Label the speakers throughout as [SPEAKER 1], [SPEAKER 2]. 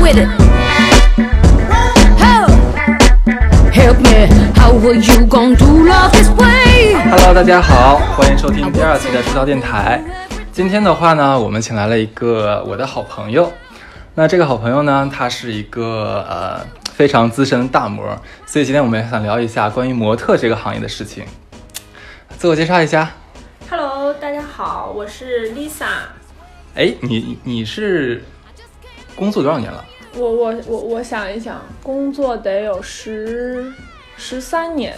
[SPEAKER 1] with it. Ho! Help me, how are you gonna do love this way?
[SPEAKER 2] Hello，大家好，欢迎收听第二期的制造电台。今天的话呢，我们请来了一个我的好朋友。那这个好朋友呢，他是一个呃非常资深的大模，所以今天我们想聊一下关于模特这个行业的事情。自我介绍一下，
[SPEAKER 3] Hello，大家好，我是 Lisa。
[SPEAKER 2] 哎，你你是工作多少年了？
[SPEAKER 4] 我我我我想一想，工作得有十十 三年，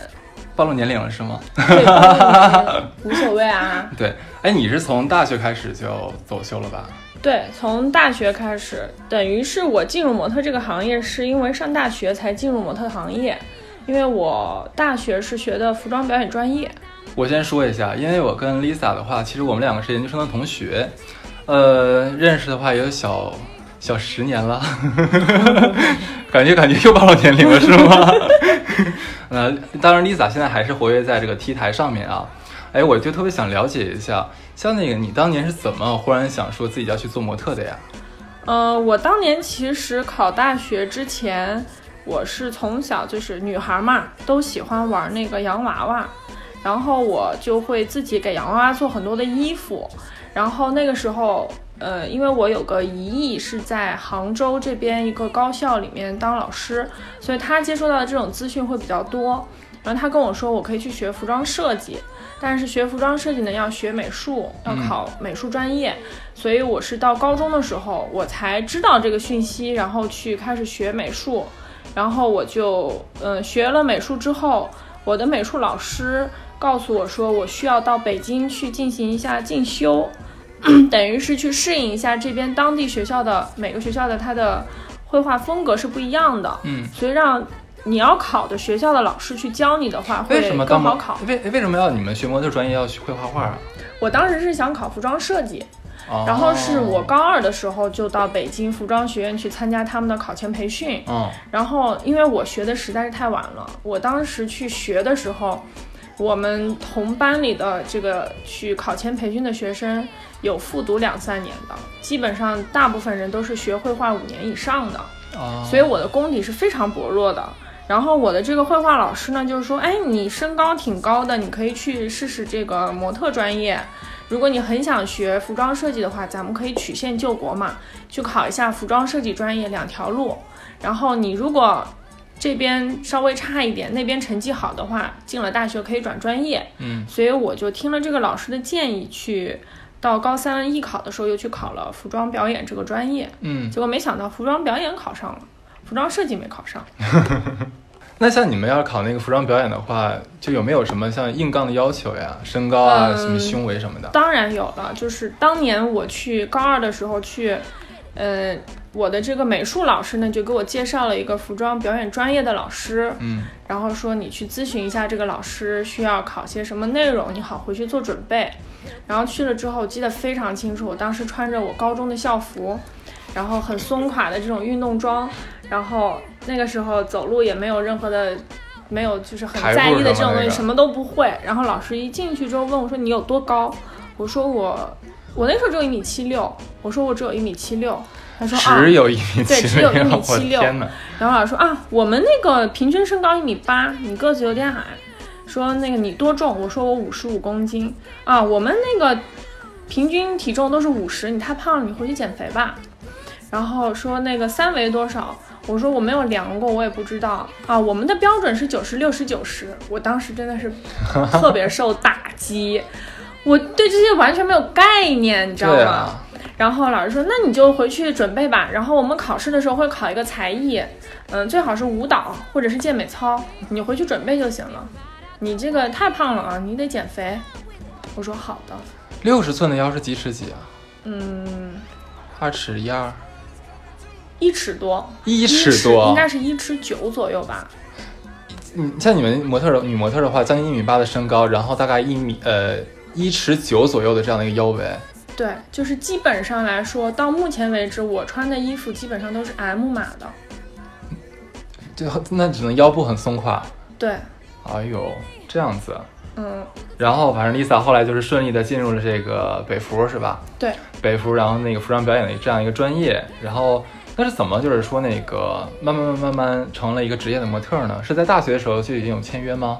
[SPEAKER 2] 暴露年龄了是吗？
[SPEAKER 4] 对，无所谓啊。
[SPEAKER 2] 对，哎，你是从大学开始就走秀了吧？
[SPEAKER 4] 对，从大学开始，等于是我进入模特这个行业，是因为上大学才进入模特行业，因为我大学是学的服装表演专业。
[SPEAKER 2] 我先说一下，因为我跟 Lisa 的话，其实我们两个是研究生的同学，呃，认识的话也有小小十年 了，感觉感觉又暴露年龄了，是 吗？呃，当然，Lisa 现在还是活跃在这个 T 台上面啊。哎，我就特别想了解一下，像那个你当年是怎么忽然想说自己要去做模特的呀？
[SPEAKER 4] 呃，我当年其实考大学之前，我是从小就是女孩嘛，都喜欢玩那个洋娃娃，然后我就会自己给洋娃娃做很多的衣服，然后那个时候。呃，因为我有个姨姨是在杭州这边一个高校里面当老师，所以她接收到的这种资讯会比较多。然后她跟我说，我可以去学服装设计，但是学服装设计呢要学美术，要考美术专业。所以我是到高中的时候，我才知道这个讯息，然后去开始学美术，然后我就嗯、呃学了美术之后，我的美术老师告诉我说，我需要到北京去进行一下进修，等于是去适应一下这边当地学校的每个学校的它的绘画风格是不一样的，
[SPEAKER 2] 嗯，
[SPEAKER 4] 所以让你要考的学校的老师去教你的话，会
[SPEAKER 2] 为什么当
[SPEAKER 4] 更好
[SPEAKER 2] 模
[SPEAKER 4] 考。
[SPEAKER 2] 为为什么要你们学模特专业要学会画画啊？
[SPEAKER 4] 我当时是想考服装设计，
[SPEAKER 2] 哦
[SPEAKER 4] 然后是我，高二的时候就到北京服装学院去参加他们的考前培训，
[SPEAKER 2] 嗯，
[SPEAKER 4] 然后因为我学的实在是太晚了，我当时去学的时候，我们同班里的这个去考前培训的学生有复读两三年的，基本上大部分人都是学绘画五年以上的，
[SPEAKER 2] 哦
[SPEAKER 4] 所以我的功底是非常薄弱的。然后我的这个绘画老师呢，就是说，哎，你身高挺高的，你可以去试试这个模特专业。如果你很想学服装设计的话，咱们可以曲线救国嘛，去考一下服装设计专业两条路。然后你如果这边稍微差一点，那边成绩好的话，进了大学可以转专业。
[SPEAKER 2] 嗯，
[SPEAKER 4] 所以我就听了这个老师的建议去，到高三艺考的时候又去考了服装表演这个专业。
[SPEAKER 2] 嗯，
[SPEAKER 4] 结果没想到服装表演考上了，服装设计没考上。
[SPEAKER 2] 那像你们要是考那个服装表演的话，就有没有什么像硬杠的要求呀？身高啊，
[SPEAKER 4] 嗯
[SPEAKER 2] 什么胸围什么的？
[SPEAKER 4] 当然有了，就是当年我去高二的时候去，呃，我的这个美术老师呢就给我介绍了一个服装表演专业的老师，
[SPEAKER 2] 嗯，
[SPEAKER 4] 然后说你去咨询一下这个老师需要考些什么内容，你好回去做准备。然后去了之后，我记得非常清楚，我当时穿着我高中的校服，然后很松垮的这种运动装，然后那个时候走路也没有任何的，没有就是很
[SPEAKER 2] 抬步
[SPEAKER 4] 在意的这
[SPEAKER 2] 什
[SPEAKER 4] 种
[SPEAKER 2] 么
[SPEAKER 4] 东
[SPEAKER 2] 那
[SPEAKER 4] 西，
[SPEAKER 2] 个
[SPEAKER 4] 什么都不会。然后老师一进去之后问我说你有多高，我说我我那时候只有一米七六，我说我只有一米七六，他说啊
[SPEAKER 2] 只有一米
[SPEAKER 4] 对
[SPEAKER 2] 七啊
[SPEAKER 4] 只有一米
[SPEAKER 2] 我的
[SPEAKER 4] 七六
[SPEAKER 2] 天哪！
[SPEAKER 4] 然后老师说啊，我们那个平均身高一米八，你个子有点矮。说那个你多重？我说我五十五公斤啊。我们那个平均体重都是五十，你太胖了，你回去减肥吧。然后说那个三围多少？我说我没有量过，我也不知道啊。我们的标准是九十六十九十，我当时真 的是特别受打击，我对这些完全没有概念，你知道
[SPEAKER 2] 对
[SPEAKER 4] 吗？
[SPEAKER 2] 啊，
[SPEAKER 4] 然后老师说，那你就回去准备吧。然后我们考试的时候会考一个才艺，嗯，最好是舞蹈或者是健美操，你回去准备就行了。你这个太胖了啊，你得减肥。我说好的，
[SPEAKER 2] 六十寸的腰是几尺几啊？
[SPEAKER 4] 嗯，
[SPEAKER 2] 二尺一二，
[SPEAKER 4] 一尺多，
[SPEAKER 2] 一
[SPEAKER 4] 一
[SPEAKER 2] 尺多。
[SPEAKER 4] 应该是一尺九左右吧。
[SPEAKER 2] 你像你们模特的女模特的话，将近一米八的身高，然后大概一米呃一尺九左右的这样的一个腰围。
[SPEAKER 4] 对，就是基本上来说，到目前为止，我穿的衣服基本上都是 M 码的。
[SPEAKER 2] 就那只能腰部很松垮。
[SPEAKER 4] 对，
[SPEAKER 2] 哎呦，这样子。
[SPEAKER 4] 嗯，
[SPEAKER 2] 然后反正 Lisa 后来就是顺利的进入了这个北服，是吧？
[SPEAKER 4] 对，
[SPEAKER 2] 北服，然后那个服装表演的这样一个专业，然后。那是怎么就是说那个慢慢慢慢慢成了一个职业的模特儿呢？是在大学的时候就已经有签约吗？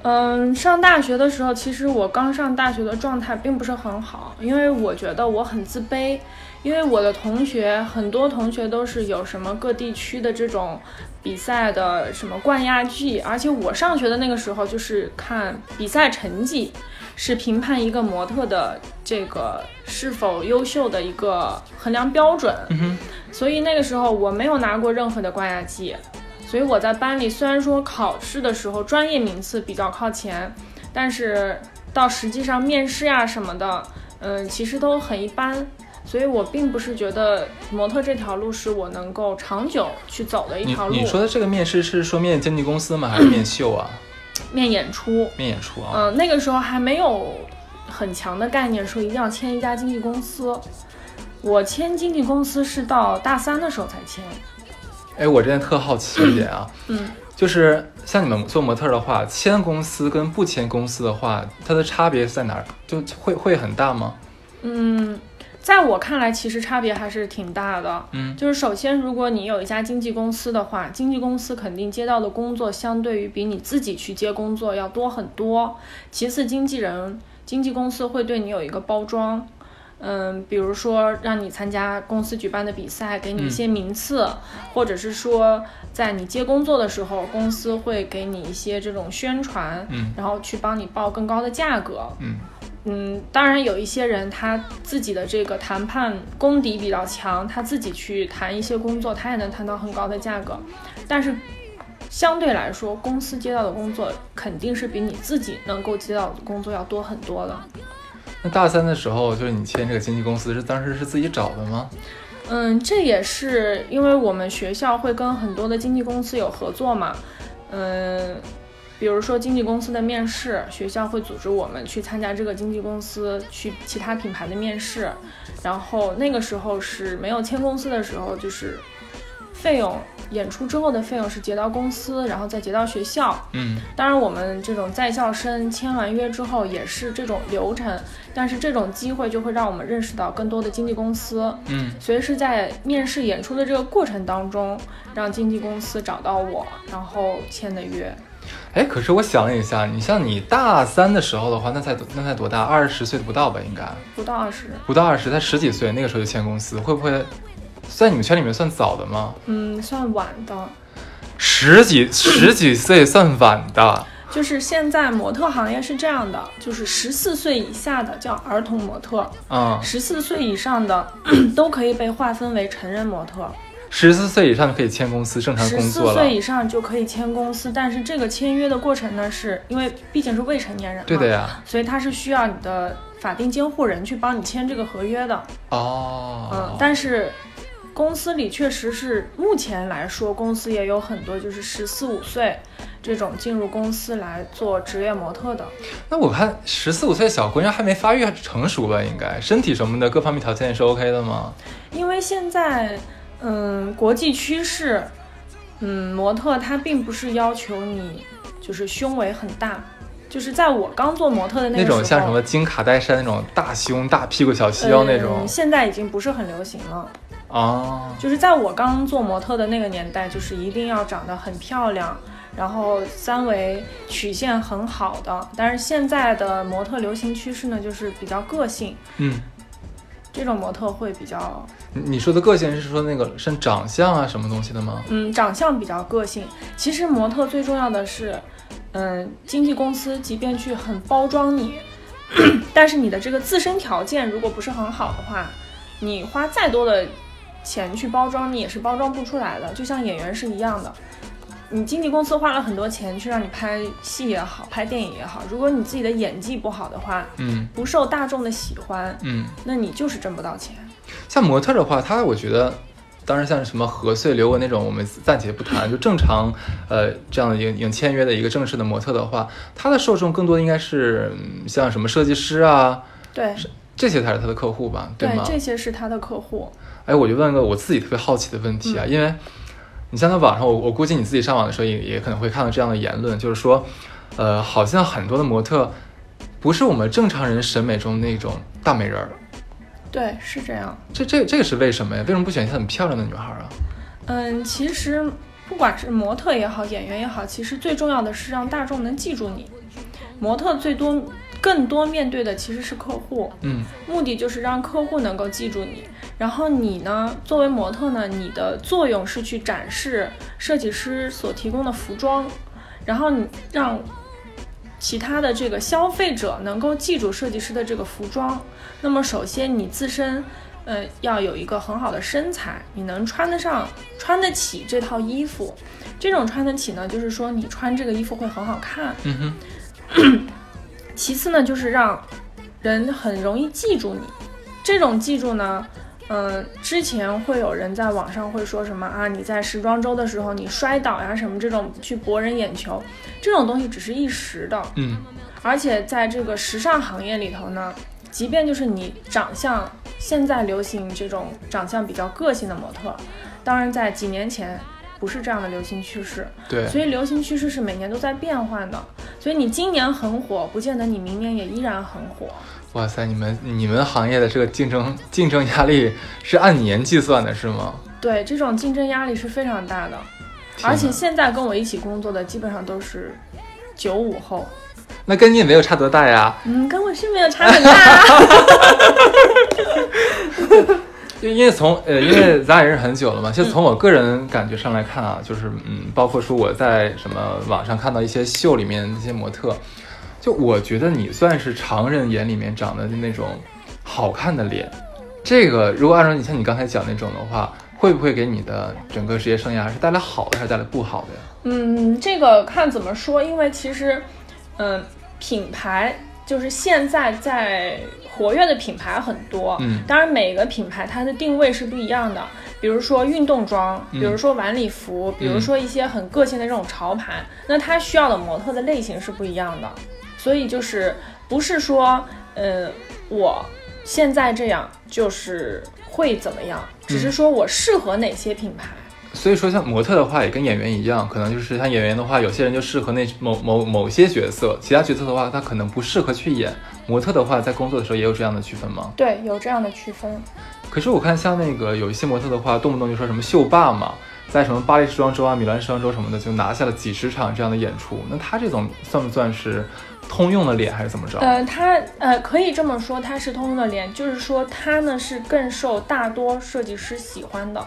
[SPEAKER 4] 嗯，上大学的时候，其实我刚上大学的状态并不是很好，因为我觉得我很自卑，因为我的同学很多同学都是有什么各地区的这种比赛的什么冠亚季，而且我上学的那个时候就是看比赛成绩，是评判一个模特的这个是否优秀的一个衡量标准。
[SPEAKER 2] 嗯哼，
[SPEAKER 4] 所以那个时候我没有拿过任何的冠亚季，所以我在班里虽然说考试的时候专业名次比较靠前，但是到实际上面试呀、什么的，嗯，其实都很一般。所以我并不是觉得模特这条路是我能够长久去走的一
[SPEAKER 2] 你
[SPEAKER 4] 条路。
[SPEAKER 2] 你说的这个面试是说面经纪公司吗？还是面秀啊？
[SPEAKER 4] 面演出，
[SPEAKER 2] 面演出啊？
[SPEAKER 4] 嗯、那个时候还没有很强的概念，说一定要签一家经纪公司。我签经纪公司是到大三的时候才签。
[SPEAKER 2] 哎，我真的特好奇一点啊，
[SPEAKER 4] 嗯，
[SPEAKER 2] 就是像你们做模特儿的话，签公司跟不签公司的话，它的差别在哪儿？就会会很大吗？
[SPEAKER 4] 嗯，在我看来，其实差别还是挺大的。
[SPEAKER 2] 嗯
[SPEAKER 4] 就是首先，如果你有一家经纪公司的话，经纪公司肯定接到的工作相对于比你自己去接工作要多很多。其次，经纪人、经纪公司会对你有一个包装。嗯，比如说让你参加公司举办的比赛，给你一些名次，或者是说在你接工作的时候，公司会给你一些这种宣传，
[SPEAKER 2] 嗯
[SPEAKER 4] 然后去帮你报更高的价格。
[SPEAKER 2] 嗯
[SPEAKER 4] 嗯，当然有一些人他自己的这个谈判功底比较强，他自己去谈一些工作，他也能谈到很高的价格。但是相对来说，公司接到的工作肯定是比你自己能够接到的工作要多很多的。
[SPEAKER 2] 那大三的时候，就是你签这个经纪公司是当时是自己找的吗？
[SPEAKER 4] 嗯，这也是因为我们学校会跟很多的经纪公司有合作嘛，嗯，比如说经纪公司的面试，学校会组织我们去参加这个经纪公司去其他品牌的面试，然后那个时候是没有签公司的时候，就是费用演出之后的费用是结到公司，然后再结到学校，
[SPEAKER 2] 嗯，
[SPEAKER 4] 当然，我们这种在校生签完约之后也是这种流程，但是这种机会就会让我们认识到更多的经纪公司。
[SPEAKER 2] 嗯，
[SPEAKER 4] 所以是在面试演出的这个过程当中，让经纪公司找到我，然后签的约。
[SPEAKER 2] 哎，可是我想了一下，你像你大三的时候的话，那才多那才多大？二十岁不到吧，应该
[SPEAKER 4] 不到二十，
[SPEAKER 2] 不到二十，才十几岁，那个时候就签公司，会不会在你们圈里面算早的吗？
[SPEAKER 4] 嗯，算晚的。
[SPEAKER 2] 十几十几岁算晚的，
[SPEAKER 4] 就是现在模特行业是这样的，就是十四岁以下的叫儿童模特，
[SPEAKER 2] 嗯，
[SPEAKER 4] 十四岁以上的 都可以被划分为成人模特。
[SPEAKER 2] 十四岁以上就可以签公司正常
[SPEAKER 4] 十
[SPEAKER 2] 工
[SPEAKER 4] 四
[SPEAKER 2] 作了
[SPEAKER 4] 岁。以上就可以签公司，但是这个签约的过程呢，是因为毕竟是未成年人嘛，
[SPEAKER 2] 对的，呀，
[SPEAKER 4] 所以他是需要你的法定监护人去帮你签这个合约的。嗯
[SPEAKER 2] 哦，，
[SPEAKER 4] 但是公司里确实是目前来说，公司也有很多就是十四五岁这种进入公司来做职业模特的。
[SPEAKER 2] 那我看十四五岁小姑娘还没发育成熟吧，应该身体什么的各方面条件也是 OK 的吗？
[SPEAKER 4] 因为现在，嗯，国际趋势，嗯，模特它并不是要求你就是胸围很大，就是在我刚做模特的那
[SPEAKER 2] 那
[SPEAKER 4] 个时候，
[SPEAKER 2] 种像什么金卡戴珊那种大胸大屁股小细腰那种
[SPEAKER 4] 嗯，现在已经不是很流行了。
[SPEAKER 2] 哦，
[SPEAKER 4] 就是在我刚做模特的那个年代，就是一定要长得很漂亮，然后三围曲线很好的。但是现在的模特流行趋势呢，就是比较个性，
[SPEAKER 2] 嗯，
[SPEAKER 4] 这种模特会比较，
[SPEAKER 2] 你你说的个性是说那个像长相啊什么东西的吗？
[SPEAKER 4] 嗯，长相比较个性。其实模特最重要的是，嗯，经纪公司即便去很包装你， 但是你的这个自身条件如果不是很好的话，你花再多的钱去包装，你也是包装不出来的。就像演员是一样的，你经纪公司花了很多钱去让你拍戏也好，拍电影也好，如果你自己的演技不好的话，
[SPEAKER 2] 嗯
[SPEAKER 4] 不受大众的喜欢，
[SPEAKER 2] 嗯，
[SPEAKER 4] 那你就是挣不到钱。
[SPEAKER 2] 像模特的话，她我觉得。当然，像什么何穗、刘雯那种，我们暂且不谈。就正常，呃，这样的影影签约的一个正式的模特的话，她的受众更多的应该是、嗯像什么设计师啊，
[SPEAKER 4] 对
[SPEAKER 2] 这些才是她的客户吧，
[SPEAKER 4] 对
[SPEAKER 2] 吗，？
[SPEAKER 4] 这些是他的客户。
[SPEAKER 2] 哎，我就问个我自己特别好奇的问题啊，因为你像在网上，我我估计你自己上网的时候也也可能会看到这样的言论，就是说，呃，好像很多的模特不是我们正常人审美中那种大美人儿，
[SPEAKER 4] 对，是这样。
[SPEAKER 2] 这这这个是为什么呀？为什么不选一些很漂亮的女孩啊？
[SPEAKER 4] 嗯，其实不管是模特也好，演员也好，其实最重要的是让大众能记住你。模特最多更多面对的其实是客户，
[SPEAKER 2] 嗯
[SPEAKER 4] 目的就是让客户能够记住你。然后你呢，作为模特呢，你的作用是去展示设计师所提供的服装，然后你让其他的这个消费者能够记住设计师的这个服装。那么首先你自身，呃，要有一个很好的身材，你能穿得上、穿得起这套衣服。这种穿得起呢，就是说你穿这个衣服会很好看。
[SPEAKER 2] 嗯哼，
[SPEAKER 4] 其次呢，就是让人很容易记住你。这种记住呢，嗯、之前会有人在网上会说什么啊，你在时装周的时候你摔倒呀什么这种去博人眼球，这种东西只是一时的。
[SPEAKER 2] 嗯
[SPEAKER 4] 而且在这个时尚行业里头呢，即便就是你长相现在流行这种长相比较个性的模特，当然在几年前不是这样的流行趋势，
[SPEAKER 2] 对，
[SPEAKER 4] 所以流行趋势是每年都在变换的。所以你今年很火，不见得你明年也依然很火。
[SPEAKER 2] 哇塞，你们你们行业的这个竞争竞争压力是按年计算的是吗？
[SPEAKER 4] 对，这种竞争压力是非常大的。
[SPEAKER 2] 天
[SPEAKER 4] 而且
[SPEAKER 2] 哪
[SPEAKER 4] 现在跟我一起工作的基本上都是九五后，
[SPEAKER 2] 那跟你也没有差多大呀，
[SPEAKER 4] 嗯，跟我是没有差很大。
[SPEAKER 2] 因为因为从呃，因为咱俩认识很久了嘛，就从我个人感觉上来看啊，就是嗯，包括说我在什么网上看到一些秀里面那些模特，就我觉得你算是常人眼里面长得那种好看的脸，这个如果按照你像你刚才讲那种的话，会不会给你的整个职业生涯是带来好的还是带来不好的呀？
[SPEAKER 4] 嗯，这个看怎么说，因为其实，嗯，品牌就是现在在活跃的品牌很多，
[SPEAKER 2] 嗯
[SPEAKER 4] 当然每个品牌它的定位是不一样的，比如说运动装，比如说晚礼服，比如说一些很个性的这种潮牌，那它需要的模特的类型是不一样的，所以就是不是说，呃，我现在这样就是会怎么样，只是说我适合哪些品牌。
[SPEAKER 2] 所以说，像模特的话，也跟演员一样，可能就是像演员的话，有些人就适合那某某某些角色，其他角色的话，他可能不适合去演。模特的话，在工作的时候也有这样的区分吗？
[SPEAKER 4] 对，有这样的区分。
[SPEAKER 2] 可是我看像那个有一些模特的话，动不动就说什么秀霸嘛，在什么巴黎时装周啊、米兰时装周什么的，就拿下了几十场这样的演出。那他这种算不算是通用的脸，还是怎么着？
[SPEAKER 4] 呃，它呃可以这么说，它是通用的脸，就是说它呢是更受大多设计师喜欢的。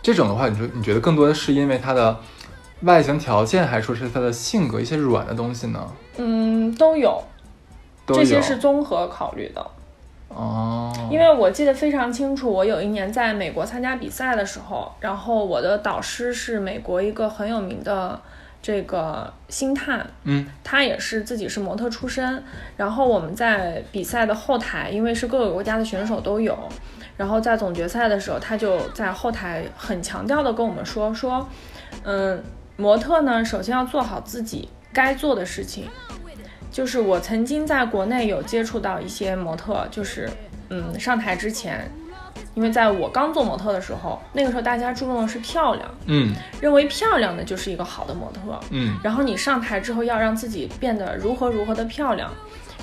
[SPEAKER 2] 这种的话，你说你觉得更多的是因为他的外形条件，还是说是他的性格一些软的东西呢？
[SPEAKER 4] 嗯，都有，
[SPEAKER 2] 都有嗯
[SPEAKER 4] 这些是综合考虑的。
[SPEAKER 2] 哦，
[SPEAKER 4] 因为我记得非常清楚，我有一年在美国参加比赛的时候，然后我的导师是美国一个很有名的这个星探，
[SPEAKER 2] 嗯
[SPEAKER 4] 他也是自己是模特出身，然后我们在比赛的后台，因为是各个国家的选手都有，然后在总决赛的时候，他就在后台很强调的跟我们说说，嗯，模特呢，首先要做好自己该做的事情。就是我曾经在国内有接触到一些模特，就是嗯，上台之前，因为在我刚做模特的时候，那个时候大家注重的是漂亮，
[SPEAKER 2] 嗯
[SPEAKER 4] 认为漂亮的就是一个好的模特，
[SPEAKER 2] 嗯
[SPEAKER 4] 然后你上台之后要让自己变得如何如何的漂亮。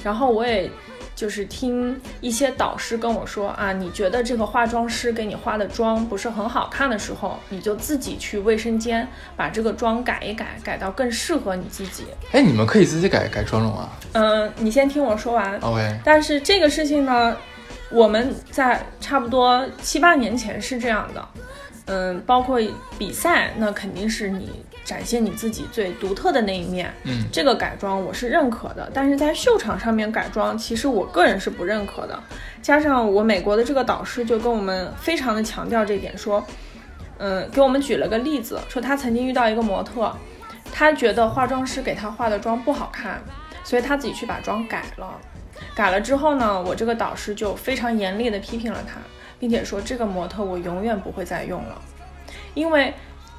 [SPEAKER 4] 然后我也就是听一些导师跟我说啊，你觉得这个化妆师给你化的妆不是很好看的时候，你就自己去卫生间把这个妆改一改，改到更适合你自己。
[SPEAKER 2] 哎，你们可以自己改改妆容啊。
[SPEAKER 4] 嗯，你先听我说完。
[SPEAKER 2] OK，
[SPEAKER 4] 但是这个事情呢，我们在差不多七八年前是这样的，嗯，包括比赛，那肯定是你展现你自己最独特的那一面，
[SPEAKER 2] 嗯，
[SPEAKER 4] 这个改装我是认可的，但是在秀场上面改装，其实我个人是不认可的。加上我美国的这个导师就跟我们非常的强调这一点，说，嗯，给我们举了个例子，说他曾经遇到一个模特，他觉得化妆师给他化的妆不好看，所以他自己去把妆改了。改了之后呢，我这个导师就非常严厉地批评了他，并且说这个模特我永远不会再用了，因为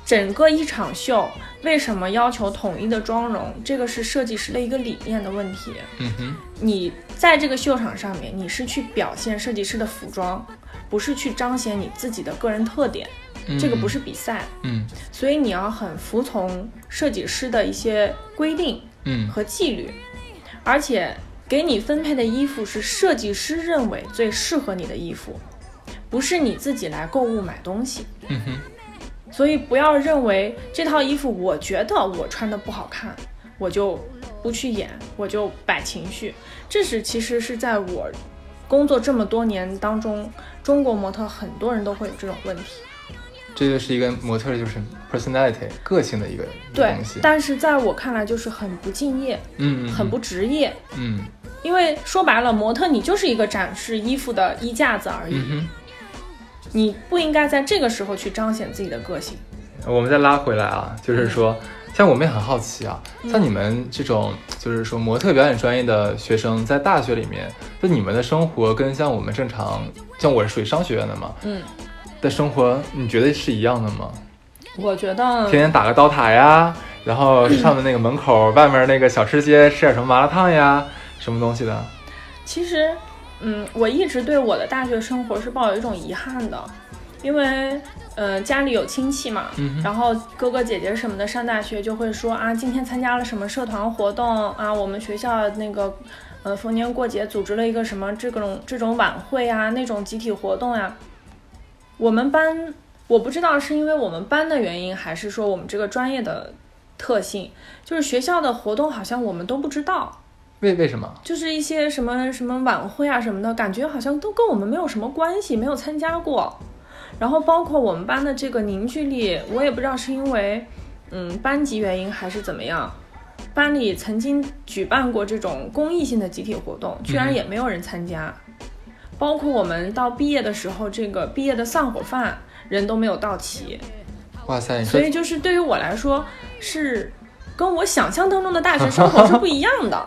[SPEAKER 4] 整个一场秀为什么要求统一的妆容，这个是设计师的一个理念的问题。
[SPEAKER 2] 嗯哼，
[SPEAKER 4] 你在这个秀场上面，你是去表现设计师的服装，不是去彰显你自己的个人特点，
[SPEAKER 2] 嗯
[SPEAKER 4] 这个不是比赛，
[SPEAKER 2] 嗯
[SPEAKER 4] 所以你要很服从设计师的一些规定。
[SPEAKER 2] 嗯
[SPEAKER 4] 和纪律，而且给你分配的衣服是设计师认为最适合你的衣服，不是你自己来购物买东西。
[SPEAKER 2] 嗯哼，
[SPEAKER 4] 所以不要认为这套衣服我觉得我穿的不好看，我就不去演，我就摆情绪。这是其实是在我工作这么多年当中，中国模特很多人都会有这种问题。
[SPEAKER 2] 这就是一个模特，就是 personality 个性的一个
[SPEAKER 4] 对
[SPEAKER 2] 东西，。
[SPEAKER 4] 但是在我看来就是很不敬业，
[SPEAKER 2] 嗯，嗯
[SPEAKER 4] 很不职业。
[SPEAKER 2] 嗯
[SPEAKER 4] 因为说白了，模特你就是一个展示衣服的衣架子而已，
[SPEAKER 2] 嗯
[SPEAKER 4] 你不应该在这个时候去彰显自己的个性。
[SPEAKER 2] 哼。我们再拉回来啊，就是说，像我们也很好奇啊，
[SPEAKER 4] 嗯
[SPEAKER 2] 像你们这种就是说模特表演专业的学生，在大学里面，就你们的生活跟像我们正常，像我是属于商学院的嘛，
[SPEAKER 4] 嗯，
[SPEAKER 2] 的生活你觉得是一样的吗？
[SPEAKER 4] 我觉得
[SPEAKER 2] 天天打个刀塔呀，然后上的那个门口、外面那个小吃街吃点什么麻辣烫呀，什么东西的？
[SPEAKER 4] 其实，嗯，我一直对我的大学生活是抱有一种遗憾的，因为，呃，家里有亲戚嘛，
[SPEAKER 2] 嗯哼，
[SPEAKER 4] 然后哥哥姐姐什么的上大学就会说啊，今天参加了什么社团活动啊，我们学校那个，呃，逢年过节组织了一个什么这种这种晚会啊，那种集体活动呀、我们班我不知道是因为我们班的原因，还是说我们这个专业的特性，就是学校的活动好像我们都不知道。
[SPEAKER 2] 为为什么？
[SPEAKER 4] 就是一些什么什么晚会啊什么的，感觉好像都跟我们没有什么关系，没有参加过。然后包括我们班的这个凝聚力，我也不知道是因为嗯班级原因还是怎么样，班里曾经举办过这种公益性的集体活动，居然也没有人参加。包括我们到毕业的时候，这个毕业的散伙饭人都没有到齐，
[SPEAKER 2] 哇塞，你
[SPEAKER 4] 所
[SPEAKER 2] 说
[SPEAKER 4] 以就是对于我来说是。跟我想象当中的大学生活是不一样的，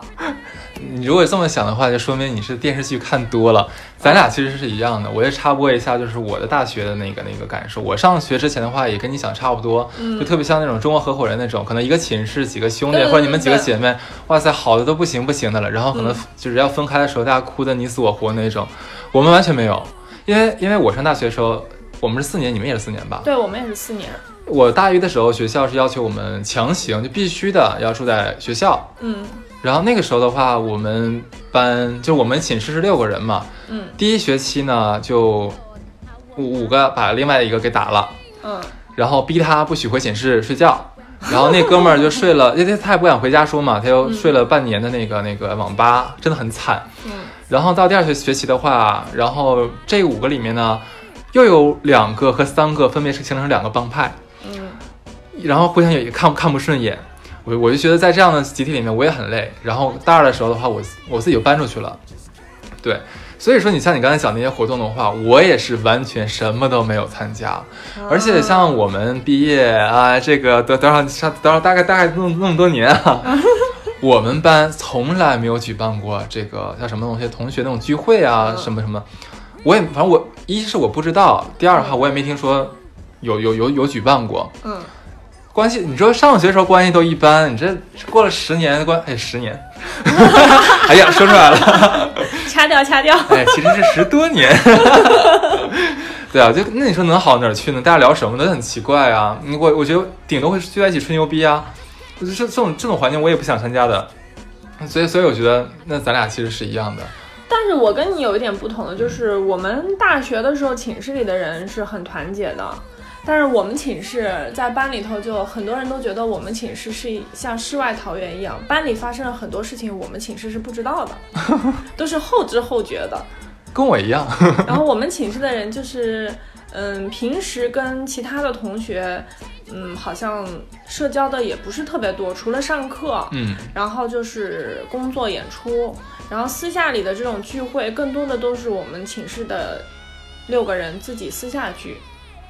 [SPEAKER 2] 你如果这么想的话，就说明你是电视剧看多了。咱俩其实是一样的。我也插播一下，就是我的大学的那个那个感受。我上学之前的话，也跟你想差不多，就特别像那种中国合伙人那种，可能一个寝室几个兄弟
[SPEAKER 4] 嗯对对
[SPEAKER 2] 或者你们几个
[SPEAKER 4] 对嗯
[SPEAKER 2] 姐妹，哇塞，好的都不行不行的了。然后可能就是要分开的时候，大家哭的你死我活那种。我们完全没有，因为因为我上大学的时候，我们是四年，你们也是四年吧？
[SPEAKER 4] 对我们也是四年，
[SPEAKER 2] 我大一的时候，学校是要求我们强行就必须的要住在学校。
[SPEAKER 4] 嗯
[SPEAKER 2] 然后那个时候的话，我们班就我们寝室是六个人嘛，
[SPEAKER 4] 嗯
[SPEAKER 2] 第一学期呢就五五个把另外一个给打了，
[SPEAKER 4] 嗯
[SPEAKER 2] 然后逼他不许回寝室睡觉。然后那哥们儿就睡了，因为他也不敢回家说嘛，他就睡了半年的那个那个网吧，真的很惨。
[SPEAKER 4] 嗯，
[SPEAKER 2] 然后到第二学学期的话，然后这五个里面呢，又有两个和三个分别是形成两个帮派，
[SPEAKER 4] 嗯，
[SPEAKER 2] 然后互相也看看不顺眼，我我就觉得在这样的集体里面我也很累。然后大二的时候的话，我我自己就搬出去了，对，所以说你像你刚才讲那些活动的话，我也是完全什么都没有参加，而且像我们毕业啊，这个多多少上多少大概大概弄那么多年啊，我们班从来没有举办过这个像什么同学同学那种聚会啊，什么什么，我也反正我一是我不知道，第二的话我也没听说有有有有举办过，
[SPEAKER 4] 嗯，
[SPEAKER 2] 关系你说上学时候关系都一般，你这过了十年关哎十年， 哎呀说出来了，
[SPEAKER 4] 掐掉掐掉。
[SPEAKER 2] 哎其实是十多年， 对啊，就那你说能好哪儿去呢？大家聊什么都很奇怪啊，嗯我我觉得顶多会聚在一起吹牛逼啊，我就这这种这种环境我也不想参加的，所以所以我觉得那咱俩其实是一样的，
[SPEAKER 4] 但是我跟你有一点不同的就是，我们大学的时候寝室里的人是很团结的，但是我们寝室在班里头就很多人都觉得我们寝室是像世外桃源一样，班里发生了很多事情，我们寝室是不知道的， 都是后知后觉的。
[SPEAKER 2] 跟我一样，
[SPEAKER 4] 然后我们寝室的人就是，嗯，平时跟其他的同学，嗯，好像社交的也不是特别多，除了上课，
[SPEAKER 2] 嗯
[SPEAKER 4] 然后就是工作演出，然后私下里的这种聚会，更多的都是我们寝室的六个人自己私下聚。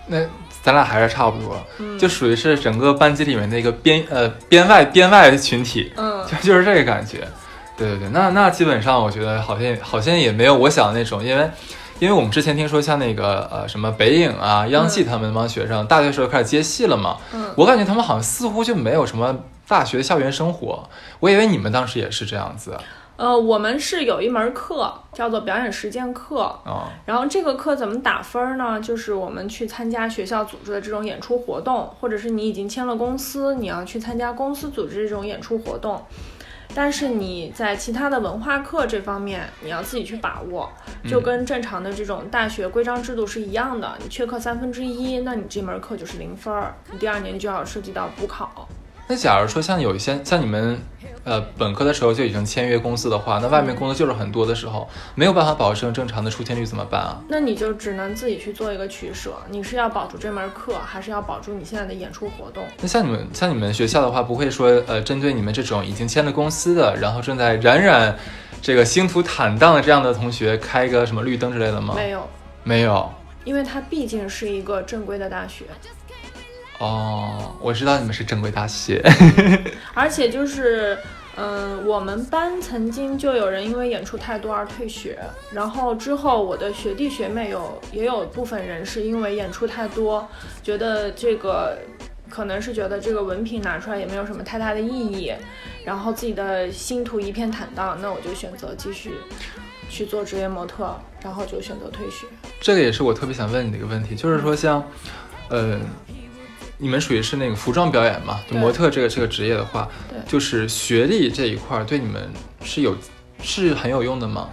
[SPEAKER 2] 那咱俩还是差不多，就属于是整个班级里面的一个边呃边外边外群体，
[SPEAKER 4] 嗯
[SPEAKER 2] 就就是这个感觉。对对对，那那基本上我觉得好像好像也没有我想的那种，因为因为我们之前听说像那个呃什么北影啊、央戏他们那帮学生，大学时候开始接戏了嘛，
[SPEAKER 4] 嗯，
[SPEAKER 2] 我感觉他们好像似乎就没有什么大学校园生活。我以为你们当时也是这样子啊、
[SPEAKER 4] 呃，我们是有一门课叫做表演实践课，
[SPEAKER 2] 嗯
[SPEAKER 4] 然后这个课怎么打分儿呢？就是我们去参加学校组织的这种演出活动，或者是你已经签了公司，你要去参加公司组织这种演出活动。但是你在其他的文化课这方面，你要自己去把握，就跟正常的这种大学规章制度是一样的。你缺课三分之一，那你这门课就是零分儿，你第二年就要涉及到补考。
[SPEAKER 2] 那假如说像有一些像你们，呃，本科的时候就已经签约公司的话，那外面工作就是很多的时候，没有办法保证正常的出勤率怎么办啊？
[SPEAKER 4] 那你就只能自己去做一个取舍，你是要保住这门课，还是要保住你现在的演出活动？
[SPEAKER 2] 那像你们像你们学校的话，不会说呃，针对你们这种已经签了公司的，然后正在冉冉这个星途坦荡的这样的同学，开一个什么绿灯之类的吗？
[SPEAKER 4] 没有，
[SPEAKER 2] 没有。
[SPEAKER 4] 因为它毕竟是一个正规的大学，
[SPEAKER 2] 哦，我知道你们是正规大学。
[SPEAKER 4] 而且就是，嗯、我们班曾经就有人因为演出太多而退学，然后之后我的学弟学妹有也有部分人是因为演出太多，觉得这个。可能是觉得这个文凭拿出来也没有什么太大的意义，然后自己的星途一片坦荡，那我就选择继续去做职业模特，然后就选择退学。
[SPEAKER 2] 这个也是我特别想问你的一个问题，就是说像，呃，你们属于是那个服装表演嘛，就
[SPEAKER 4] 对
[SPEAKER 2] 模特这个这个职业的话
[SPEAKER 4] 对，
[SPEAKER 2] 就是学历这一块儿对你们是有是很有用的吗？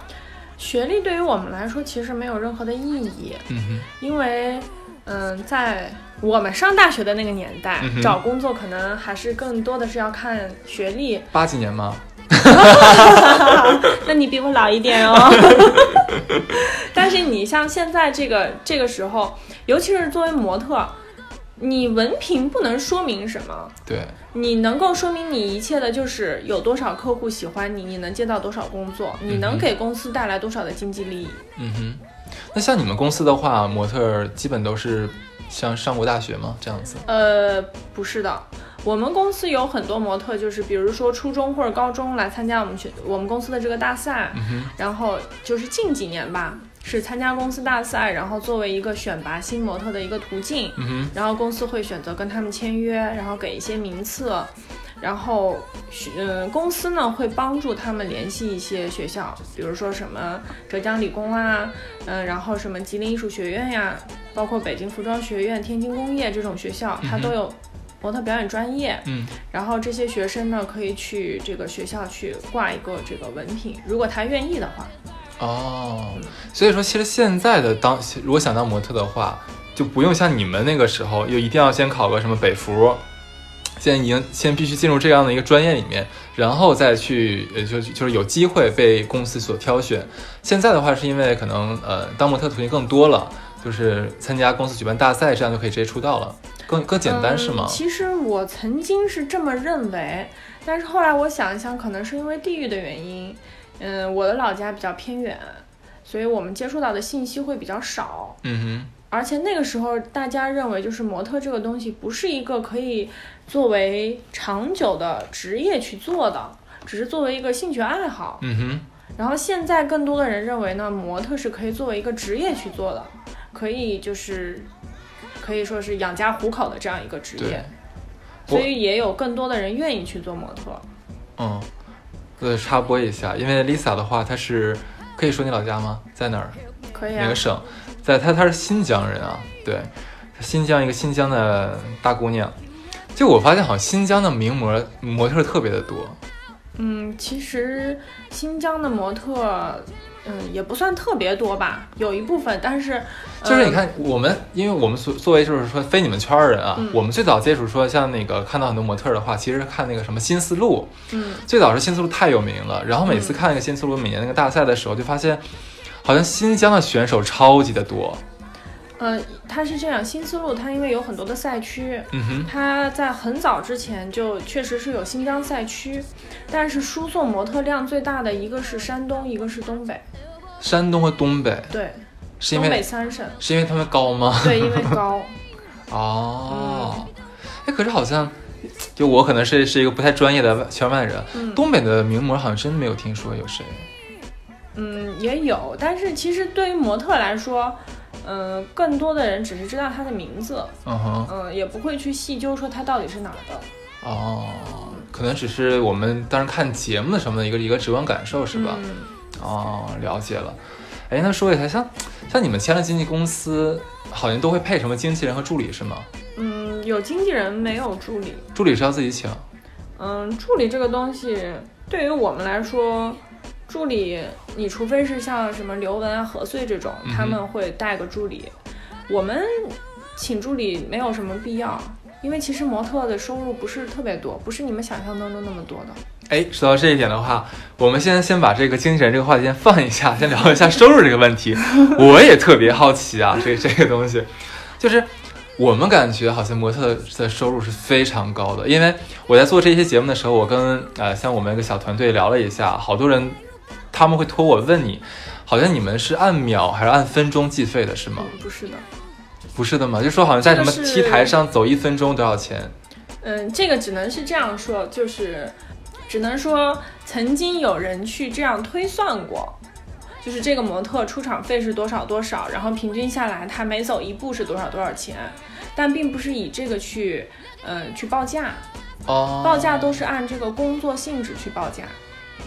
[SPEAKER 4] 学历对于我们来说其实没有任何的意义，
[SPEAKER 2] 嗯
[SPEAKER 4] 因为，嗯，在我们上大学的那个年代，
[SPEAKER 2] 嗯哼
[SPEAKER 4] 找工作可能还是更多的是要看学历
[SPEAKER 2] 哼。，八几年吗？
[SPEAKER 4] 那你比我老一点 哦。但是你像现在这个这个时候，尤其是作为模特，你文凭不能说明什么，
[SPEAKER 2] 对，
[SPEAKER 4] 你能够说明你一切的就是有多少客户喜欢你，你能接到多少工作，你
[SPEAKER 2] 嗯哼
[SPEAKER 4] 能给公司带来多少的经济利益。
[SPEAKER 2] 嗯哼。那像你们公司的话，模特儿基本都是像上过大学吗？这样子？
[SPEAKER 4] 呃，不是的，我们公司有很多模特，就是比如说初中或者高中来参加我们学我们公司的这个大赛，
[SPEAKER 2] 嗯
[SPEAKER 4] 然后就是近几年吧，是参加公司大赛，然后作为一个选拔新模特的一个途径，
[SPEAKER 2] 哼，嗯
[SPEAKER 4] 然后公司会选择跟他们签约，然后给一些名次。然后，嗯，公司呢会帮助他们联系一些学校，比如说什么浙江理工啊，嗯，然后什么吉林艺术学院呀、包括北京服装学院、天津工业这种学校，它
[SPEAKER 2] 嗯哼
[SPEAKER 4] 都有模特表演专业。
[SPEAKER 2] 嗯
[SPEAKER 4] 然后这些学生呢可以去这个学校去挂一个这个文凭，如果他愿意的话。
[SPEAKER 2] 哼。哦，所以说其实现在的当如果想当模特的话，就不用像你们那个时候，又一定要先考个什么北服，先赢，先必须进入这样的一个专业里面，然后再去，呃，就就是有机会被公司所挑选。现在的话，是因为可能呃，当模特途径更多了，就是参加公司举办大赛，这样就可以直接出道了，更更简单、
[SPEAKER 4] 嗯
[SPEAKER 2] 是吗？
[SPEAKER 4] 其实我曾经是这么认为，但是后来我想一想，可能是因为地域的原因，嗯，我的老家比较偏远，所以我们接触到的信息会比较少。
[SPEAKER 2] 嗯
[SPEAKER 4] 而且那个时候，大家认为就是模特这个东西不是一个可以作为长久的职业去做的，只是作为一个兴趣爱好
[SPEAKER 2] 哼，。嗯哼。
[SPEAKER 4] 然后现在更多的人认为呢，模特是可以作为一个职业去做的，可以就是可以说是养家糊口的这样一个职
[SPEAKER 2] 对
[SPEAKER 4] 业，
[SPEAKER 2] 我
[SPEAKER 4] 所以也有更多的人愿意去做模特。
[SPEAKER 2] 嗯，呃，插播一下，因为 Lisa 的话，她是可以说你老家吗？在哪儿？
[SPEAKER 4] 可以
[SPEAKER 2] 哪
[SPEAKER 4] 啊
[SPEAKER 2] 个，省？在她她是新疆人啊，对，新疆一个新疆的大姑娘。就我发现，好像新疆的名模模特特别的多。
[SPEAKER 4] 嗯，其实新疆的模特，嗯，也不算特别多吧，有一部分，但是
[SPEAKER 2] 就是你，
[SPEAKER 4] 呃
[SPEAKER 2] 看，我们因为我们作作为就是说非你们圈儿人啊，
[SPEAKER 4] 嗯
[SPEAKER 2] 我们最早接触说像那个看到很多模特儿的话，其实是看那个什么新丝路，
[SPEAKER 4] 嗯，
[SPEAKER 2] 最早是新丝路太有名了，然后每次看那个新丝路每年那个大赛的时候，就发现好像新疆的选手超级的多。
[SPEAKER 4] 呃，它是这样，新丝路它因为有很多的赛区，
[SPEAKER 2] 嗯哼，
[SPEAKER 4] 它在很早之前就确实是有新疆赛区，但是输送模特量最大的一个是山东，一个是东北，
[SPEAKER 2] 山东和东北
[SPEAKER 4] 对，
[SPEAKER 2] 是因
[SPEAKER 4] 东北
[SPEAKER 2] 为
[SPEAKER 4] 三省，
[SPEAKER 2] 是因为他们高吗？
[SPEAKER 4] 对，因为高，
[SPEAKER 2] 哦，哎，可是好像就我可能是是一个不太专业的圈外人，
[SPEAKER 4] 嗯
[SPEAKER 2] 东北的名模好像真没有听说有谁。
[SPEAKER 4] 嗯，也有，但是其实对于模特来说，嗯、更多的人只是知道他的名字，
[SPEAKER 2] 嗯哼，
[SPEAKER 4] 嗯、也不会去细究说他到底是哪儿的，
[SPEAKER 2] 哦，可能只是我们当时看节目的什么的一个一个直观感受是吧？
[SPEAKER 4] 嗯
[SPEAKER 2] 哦，了解了。哎，那说一下，像像你们签了经纪公司，好像都会配什么经纪人和助理是吗？
[SPEAKER 4] 嗯，有经纪人没有助理，
[SPEAKER 2] 助理是要自己请。
[SPEAKER 4] 嗯，助理这个东西对于我们来说，助理，你除非是像什么刘雯啊、何穗这种
[SPEAKER 2] 嗯，哼
[SPEAKER 4] 他们会带个助理。我们请助理没有什么必要，因为其实模特的收入不是特别多，不是你们想象当中那么多的。
[SPEAKER 2] 哎，说到这一点的话，我们先先把这个经纪人这个话题先放一下，先聊一下收入这个问题。我也特别好奇啊，这这个东西，就是我们感觉好像模特的收入是非常高的，因为我在做这些节目的时候，我跟呃像我们一个小团队聊了一下，好多人他们会托我问你，好像你们是按秒还是按分钟计费的，是吗？
[SPEAKER 4] 嗯，不是的。
[SPEAKER 2] 不是的吗？就说好像在什么
[SPEAKER 4] 就是
[SPEAKER 2] T 台上走一分钟多少钱？
[SPEAKER 4] 嗯，这个只能是这样说，就是只能说曾经有人去这样推算过，就是这个模特出场费是多少多少，然后平均下来他每走一步是多少多少钱，但并不是以这个去呃去报价，
[SPEAKER 2] 哦，
[SPEAKER 4] 报价都是按这个工作性质去报价。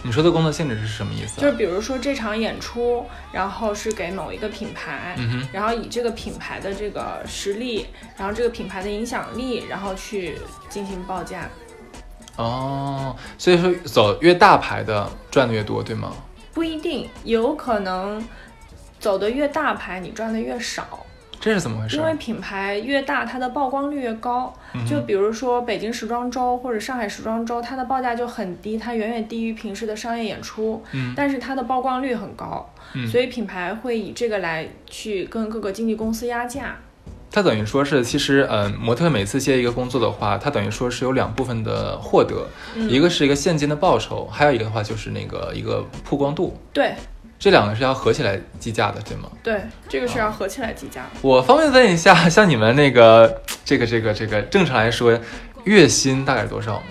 [SPEAKER 2] 你说的工作性质是什么意思、啊？
[SPEAKER 4] 就是比如说这场演出，然后是给某一个品牌，
[SPEAKER 2] 嗯哼
[SPEAKER 4] 然后以这个品牌的这个实力，然后这个品牌的影响力，然后去进行报价。
[SPEAKER 2] 哦，所以说走越大牌的赚的越多，对吗？
[SPEAKER 4] 不一定，有可能走的越大牌，你赚的越少，
[SPEAKER 2] 这是怎么回事嗯
[SPEAKER 4] 因？为品牌越大，它的曝光率越高。就比如说北京时装周或者上海时装周，它的报价就很低，它远远低于平时的商业演出，
[SPEAKER 2] 嗯
[SPEAKER 4] 但是它的曝光率很高，
[SPEAKER 2] 嗯
[SPEAKER 4] 所以品牌会以这个来去跟各个经纪公司压价。
[SPEAKER 2] 它等于说是，其实，嗯、模特每次接一个工作的话，它等于说是有两部分的获得，
[SPEAKER 4] 嗯
[SPEAKER 2] 一个是一个现金的报酬，还有一个的话就是那个一个曝光度，
[SPEAKER 4] 对
[SPEAKER 2] 这两个是要合起来计价的，对吗？
[SPEAKER 4] 对，这个是要合起来计价的。
[SPEAKER 2] 我方便问一下， 像你们那个这个这个这个，正常来说，月薪大概是多少吗？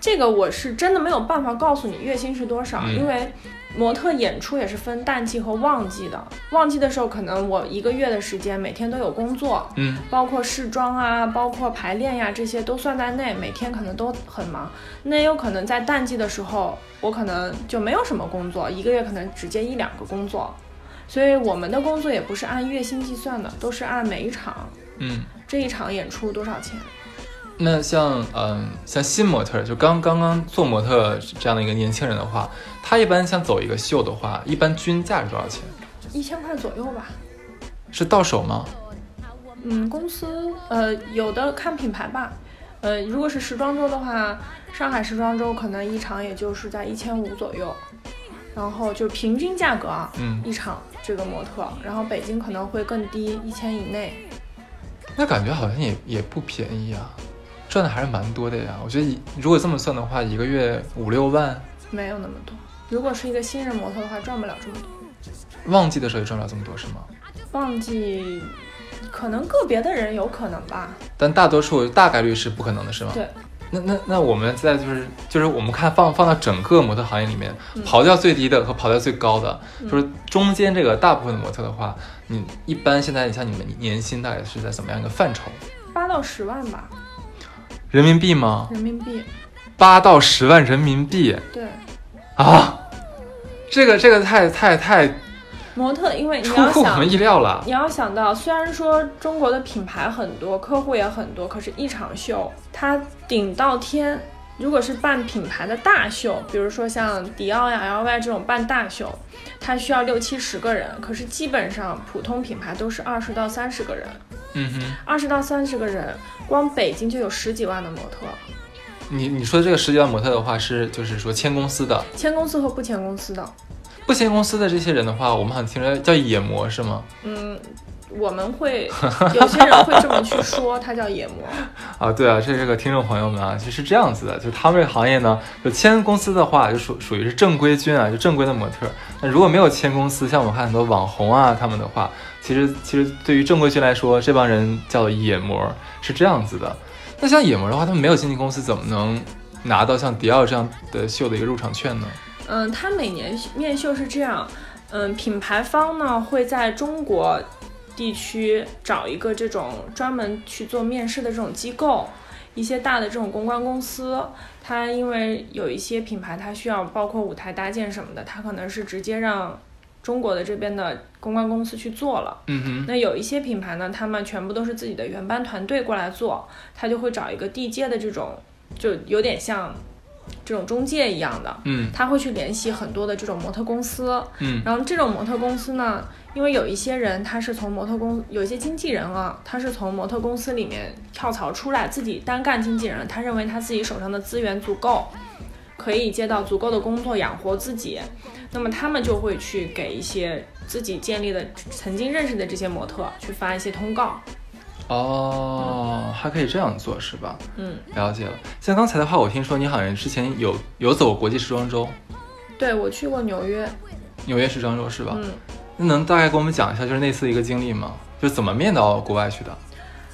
[SPEAKER 4] 这个我是真的没有办法告诉你月薪是多少，
[SPEAKER 2] 嗯
[SPEAKER 4] 因为模特演出也是分淡季和旺季的。旺季的时候，可能我一个月的时间每天都有工作，
[SPEAKER 2] 嗯，
[SPEAKER 4] 包括试妆啊，包括排练呀、这些都算在内，每天可能都很忙。那也有可能在淡季的时候，我可能就没有什么工作，一个月可能只接一两个工作。所以我们的工作也不是按月薪计算的，都是按每一场
[SPEAKER 2] 嗯。
[SPEAKER 4] 这一场演出多少钱。
[SPEAKER 2] 那像嗯、像新模特儿，就刚刚刚做模特这样的一个年轻人的话，他一般像走一个秀的话，一般均价是多少钱？
[SPEAKER 4] 一千块左右吧，
[SPEAKER 2] 是到手吗？
[SPEAKER 4] 嗯，公司呃有的看品牌吧，呃，如果是时装周的话，上海时装周可能一场也就是在一千五左右，然后就平均价格啊，
[SPEAKER 2] 嗯
[SPEAKER 4] 一场这个模特，然后北京可能会更低，一千以内。
[SPEAKER 2] 那感觉好像也也不便宜啊，赚的还是蛮多的呀。我觉得一如果这么算的话，一个月五六万，
[SPEAKER 4] 没有那么多。如果是一个新人模特的话，赚不了这么多。
[SPEAKER 2] 旺季的时候也赚不了这么多，是吗？
[SPEAKER 4] 旺季可能个别的人有可能吧，
[SPEAKER 2] 但大多数大概率是不可能的，是吗？
[SPEAKER 4] 对。
[SPEAKER 2] 那那那我们在就是就是我们看放放到整个模特行业里面，
[SPEAKER 4] 嗯
[SPEAKER 2] 刨掉最低的和刨掉最高的，就是中间这个大部分的模特的话，你一般现在你像你们年薪大概是在怎么样一个范畴？
[SPEAKER 4] 八到十万吧，
[SPEAKER 2] 人民币吗？
[SPEAKER 4] 人民币。
[SPEAKER 2] 八到十万人民币
[SPEAKER 4] 对，
[SPEAKER 2] 啊！这个这个太太太
[SPEAKER 4] 模特，因为你
[SPEAKER 2] 出
[SPEAKER 4] 要
[SPEAKER 2] 乎我
[SPEAKER 4] 想
[SPEAKER 2] 们意料了。
[SPEAKER 4] 你要想到，虽然说中国的品牌很多，客户也很多，可是一场秀它顶到天。如果是办品牌的大秀，比如说像迪奥呀、LY 这种办大秀，它需要六七十个人，可是基本上普通品牌都是二十到三十个人。
[SPEAKER 2] 嗯哼，
[SPEAKER 4] 二十到三十个人，光北京就有十几万的模特，
[SPEAKER 2] 你你说的这个十几万模特的话是就是说签公司的，
[SPEAKER 4] 签公司和不签公司的，
[SPEAKER 2] 不签公司的这些人的话，我们好像听着叫野模是吗？
[SPEAKER 4] 嗯，我们会有些人会这么去说，它叫野模。
[SPEAKER 2] 啊，对啊，这是个听众朋友们啊，其实是这样子的，就他们这个行业呢，就签公司的话，就属属于是正规军啊，就正规的模特儿。那如果没有签公司，像我们看很多网红啊，他们的话，其实其实对于正规军来说，这帮人叫做野模，是这样子的。那像野模的话，他们没有经纪公司，怎么能拿到像迪奥这样的秀的一个入场券呢？
[SPEAKER 4] 嗯，它每年面秀是这样，嗯，品牌方呢会在中国地区找一个这种专门去做面试的这种机构，一些大的这种公关公司，它因为有一些品牌它需要包括舞台搭建什么的，它可能是直接让中国的这边的公关公司去做了。
[SPEAKER 2] 嗯
[SPEAKER 4] 那有一些品牌呢，他们全部都是自己的原班团队过来做，他就会找一个地接的这种，就有点像这种中介一样的，
[SPEAKER 2] 嗯
[SPEAKER 4] 他会去联系很多的这种模特公司，
[SPEAKER 2] 嗯
[SPEAKER 4] 然后这种模特公司呢，因为有一些人他是从模特公，有一些经纪人啊，他是从模特公司里面跳槽出来，自己单干经纪人，他认为他自己手上的资源足够，可以接到足够的工作养活自己，那么他们就会去给一些自己建立的、曾经认识的这些模特去发一些通告，
[SPEAKER 2] 哦，还可以这样做是吧？
[SPEAKER 4] 嗯，
[SPEAKER 2] 了解了。像刚才的话，我听说你好像之前有有走过国际时装周，
[SPEAKER 4] 对我去过纽约，
[SPEAKER 2] 纽约时装周是吧？
[SPEAKER 4] 嗯。
[SPEAKER 2] 那能大概给我们讲一下就是那次的一个经历吗？就怎么面到国外去的？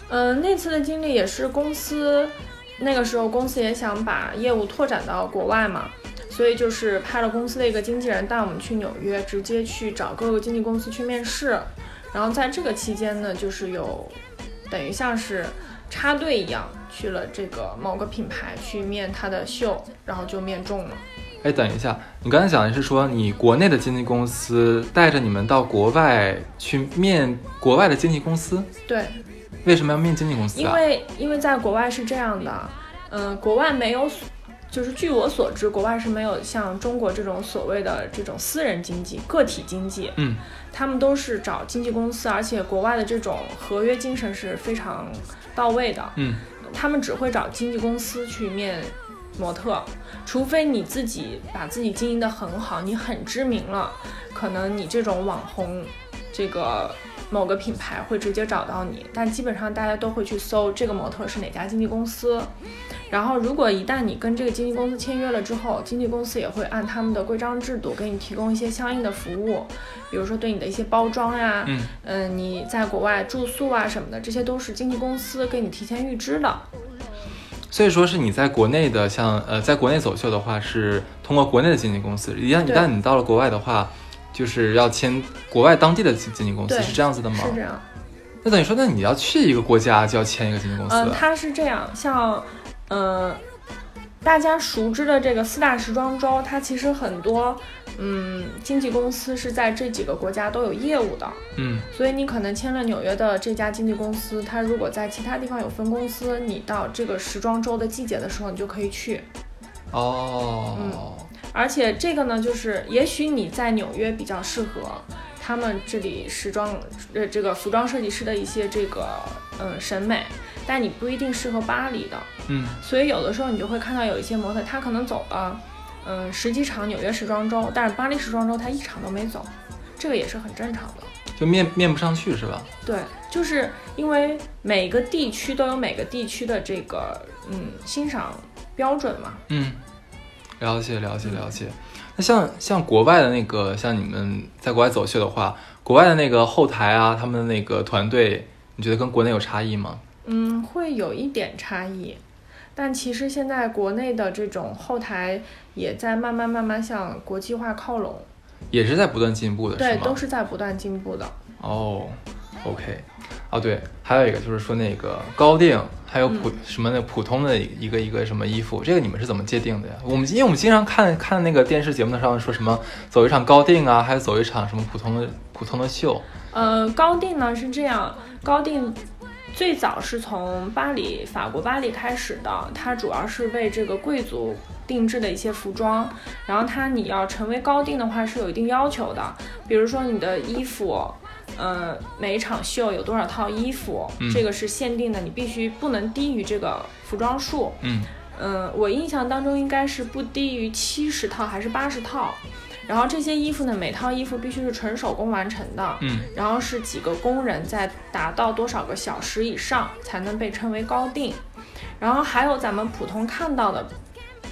[SPEAKER 4] 呃，那次的经历也是公司，那个时候公司也想把业务拓展到国外嘛，所以就是派了公司的一个经纪人带我们去纽约，直接去找各个经纪公司去面试。然后在这个期间呢，就是有等于像是插队一样去了这个某个品牌去面他的秀，然后就面中了。
[SPEAKER 2] 哎，等一下，你刚才讲的是说你国内的经纪公司带着你们到国外去面国外的经纪公司，
[SPEAKER 4] 对，
[SPEAKER 2] 为什么要面经纪公司
[SPEAKER 4] 因
[SPEAKER 2] 啊？
[SPEAKER 4] 为因为在国外是这样的，嗯、国外没有所，就是据我所知，国外是没有像中国这种所谓的这种私人经济、个体经济，
[SPEAKER 2] 嗯，
[SPEAKER 4] 他们都是找经纪公司，而且国外的这种合约精神是非常到位的，
[SPEAKER 2] 嗯，
[SPEAKER 4] 他们只会找经纪公司去面模特，除非你自己把自己经营得很好，你很知名了，可能你这种网红，这个某个品牌会直接找到你。但基本上大家都会去搜这个模特是哪家经纪公司。然后，如果一旦你跟这个经纪公司签约了之后，经纪公司也会按他们的规章制度给你提供一些相应的服务，比如说对你的一些包装呀、
[SPEAKER 2] 嗯
[SPEAKER 4] 嗯，你在国外住宿啊什么的，这些都是经纪公司给你提前预支的。
[SPEAKER 2] 所以说是你在国内的像呃，在国内走秀的话是通过国内的经纪公司，一旦一
[SPEAKER 4] 对
[SPEAKER 2] 旦你到了国外的话，就是要签国外当地的经经纪公司，
[SPEAKER 4] 对
[SPEAKER 2] 是这样子的吗？
[SPEAKER 4] 是这样。
[SPEAKER 2] 那等于说，那你要去一个国家就要签一个经纪公司
[SPEAKER 4] 嗯，
[SPEAKER 2] 啊？
[SPEAKER 4] 它是这样，像，嗯、大家熟知的这个四大时装周，它其实很多，嗯，经纪公司是在这几个国家都有业务的，
[SPEAKER 2] 嗯
[SPEAKER 4] 所以你可能签了纽约的这家经纪公司，它如果在其他地方有分公司，你到这个时装周的季节的时候，你就可以去。
[SPEAKER 2] 哦，
[SPEAKER 4] 而且这个呢，就是也许你在纽约比较适合他们这里时装呃这个服装设计师的一些这个嗯审美，但你不一定适合巴黎的。
[SPEAKER 2] 嗯
[SPEAKER 4] 所以有的时候你就会看到有一些模特，他可能走了，嗯，十几场纽约时装周，但是巴黎时装周他一场都没走，这个也是很正常的。
[SPEAKER 2] 就面面不上去是吧？
[SPEAKER 4] 对，就是因为每个地区都有每个地区的这个嗯欣赏标准嘛。
[SPEAKER 2] 嗯，了解了解了解。那像像国外的那个，像你们在国外走秀的话，国外的那个后台啊，他们的那个团队，你觉得跟国内有差异吗？
[SPEAKER 4] 嗯，会有一点差异，但其实现在国内的这种后台也在慢慢慢慢向国际化靠拢，
[SPEAKER 2] 也是在不断进步的，
[SPEAKER 4] 对，
[SPEAKER 2] 吗？
[SPEAKER 4] 都是在不断进步的。
[SPEAKER 2] 哦，OK，哦对，还有一个就是说那个高定，还有
[SPEAKER 4] 嗯
[SPEAKER 2] 普、什么那普通的一个一个什么衣服，这个你们是怎么界定的呀？我们因为我们经常看看那个电视节目上说什么走一场高定啊，还有走一场什么普通的普通的秀，
[SPEAKER 4] 呃，高定呢是这样，高定最早是从巴黎，法国巴黎开始的，它主要是为这个贵族定制的一些服装。然后它你要成为高定的话是有一定要求的，比如说你的衣服。呃，每一场秀有多少套衣服，
[SPEAKER 2] 嗯
[SPEAKER 4] 这个是限定的，你必须不能低于这个服装数。
[SPEAKER 2] 嗯
[SPEAKER 4] 嗯，我印象当中应该是不低于七十套还是八十套。然后这些衣服呢，每套衣服必须是纯手工完成的，
[SPEAKER 2] 嗯，
[SPEAKER 4] 然后是几个工人在达到多少个小时以上才能被称为高定。然后还有咱们普通看到的，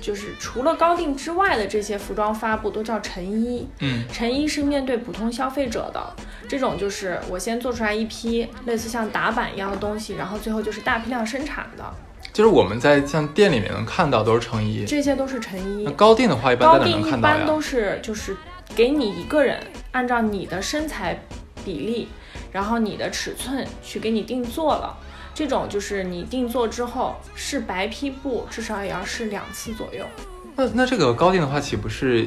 [SPEAKER 4] 就是除了高定之外的这些服装发布都叫成衣。
[SPEAKER 2] 嗯
[SPEAKER 4] 成衣是面对普通消费者的，这种就是我先做出来一批类似像打版一样的东西，然后最后就是大批量生产的，
[SPEAKER 2] 就是我们在像店里面能看到都是成衣，
[SPEAKER 4] 这些都是成衣。
[SPEAKER 2] 那高定的话一般
[SPEAKER 4] 高
[SPEAKER 2] 在哪
[SPEAKER 4] 定
[SPEAKER 2] 能
[SPEAKER 4] 一
[SPEAKER 2] 看到
[SPEAKER 4] 般
[SPEAKER 2] 呀？
[SPEAKER 4] 都是就是给你一个人按照你的身材比例，然后你的尺寸去给你定做了。这种就是你定做之后试白坯布，至少也要试两次左右。
[SPEAKER 2] 那那这个高定的话岂不是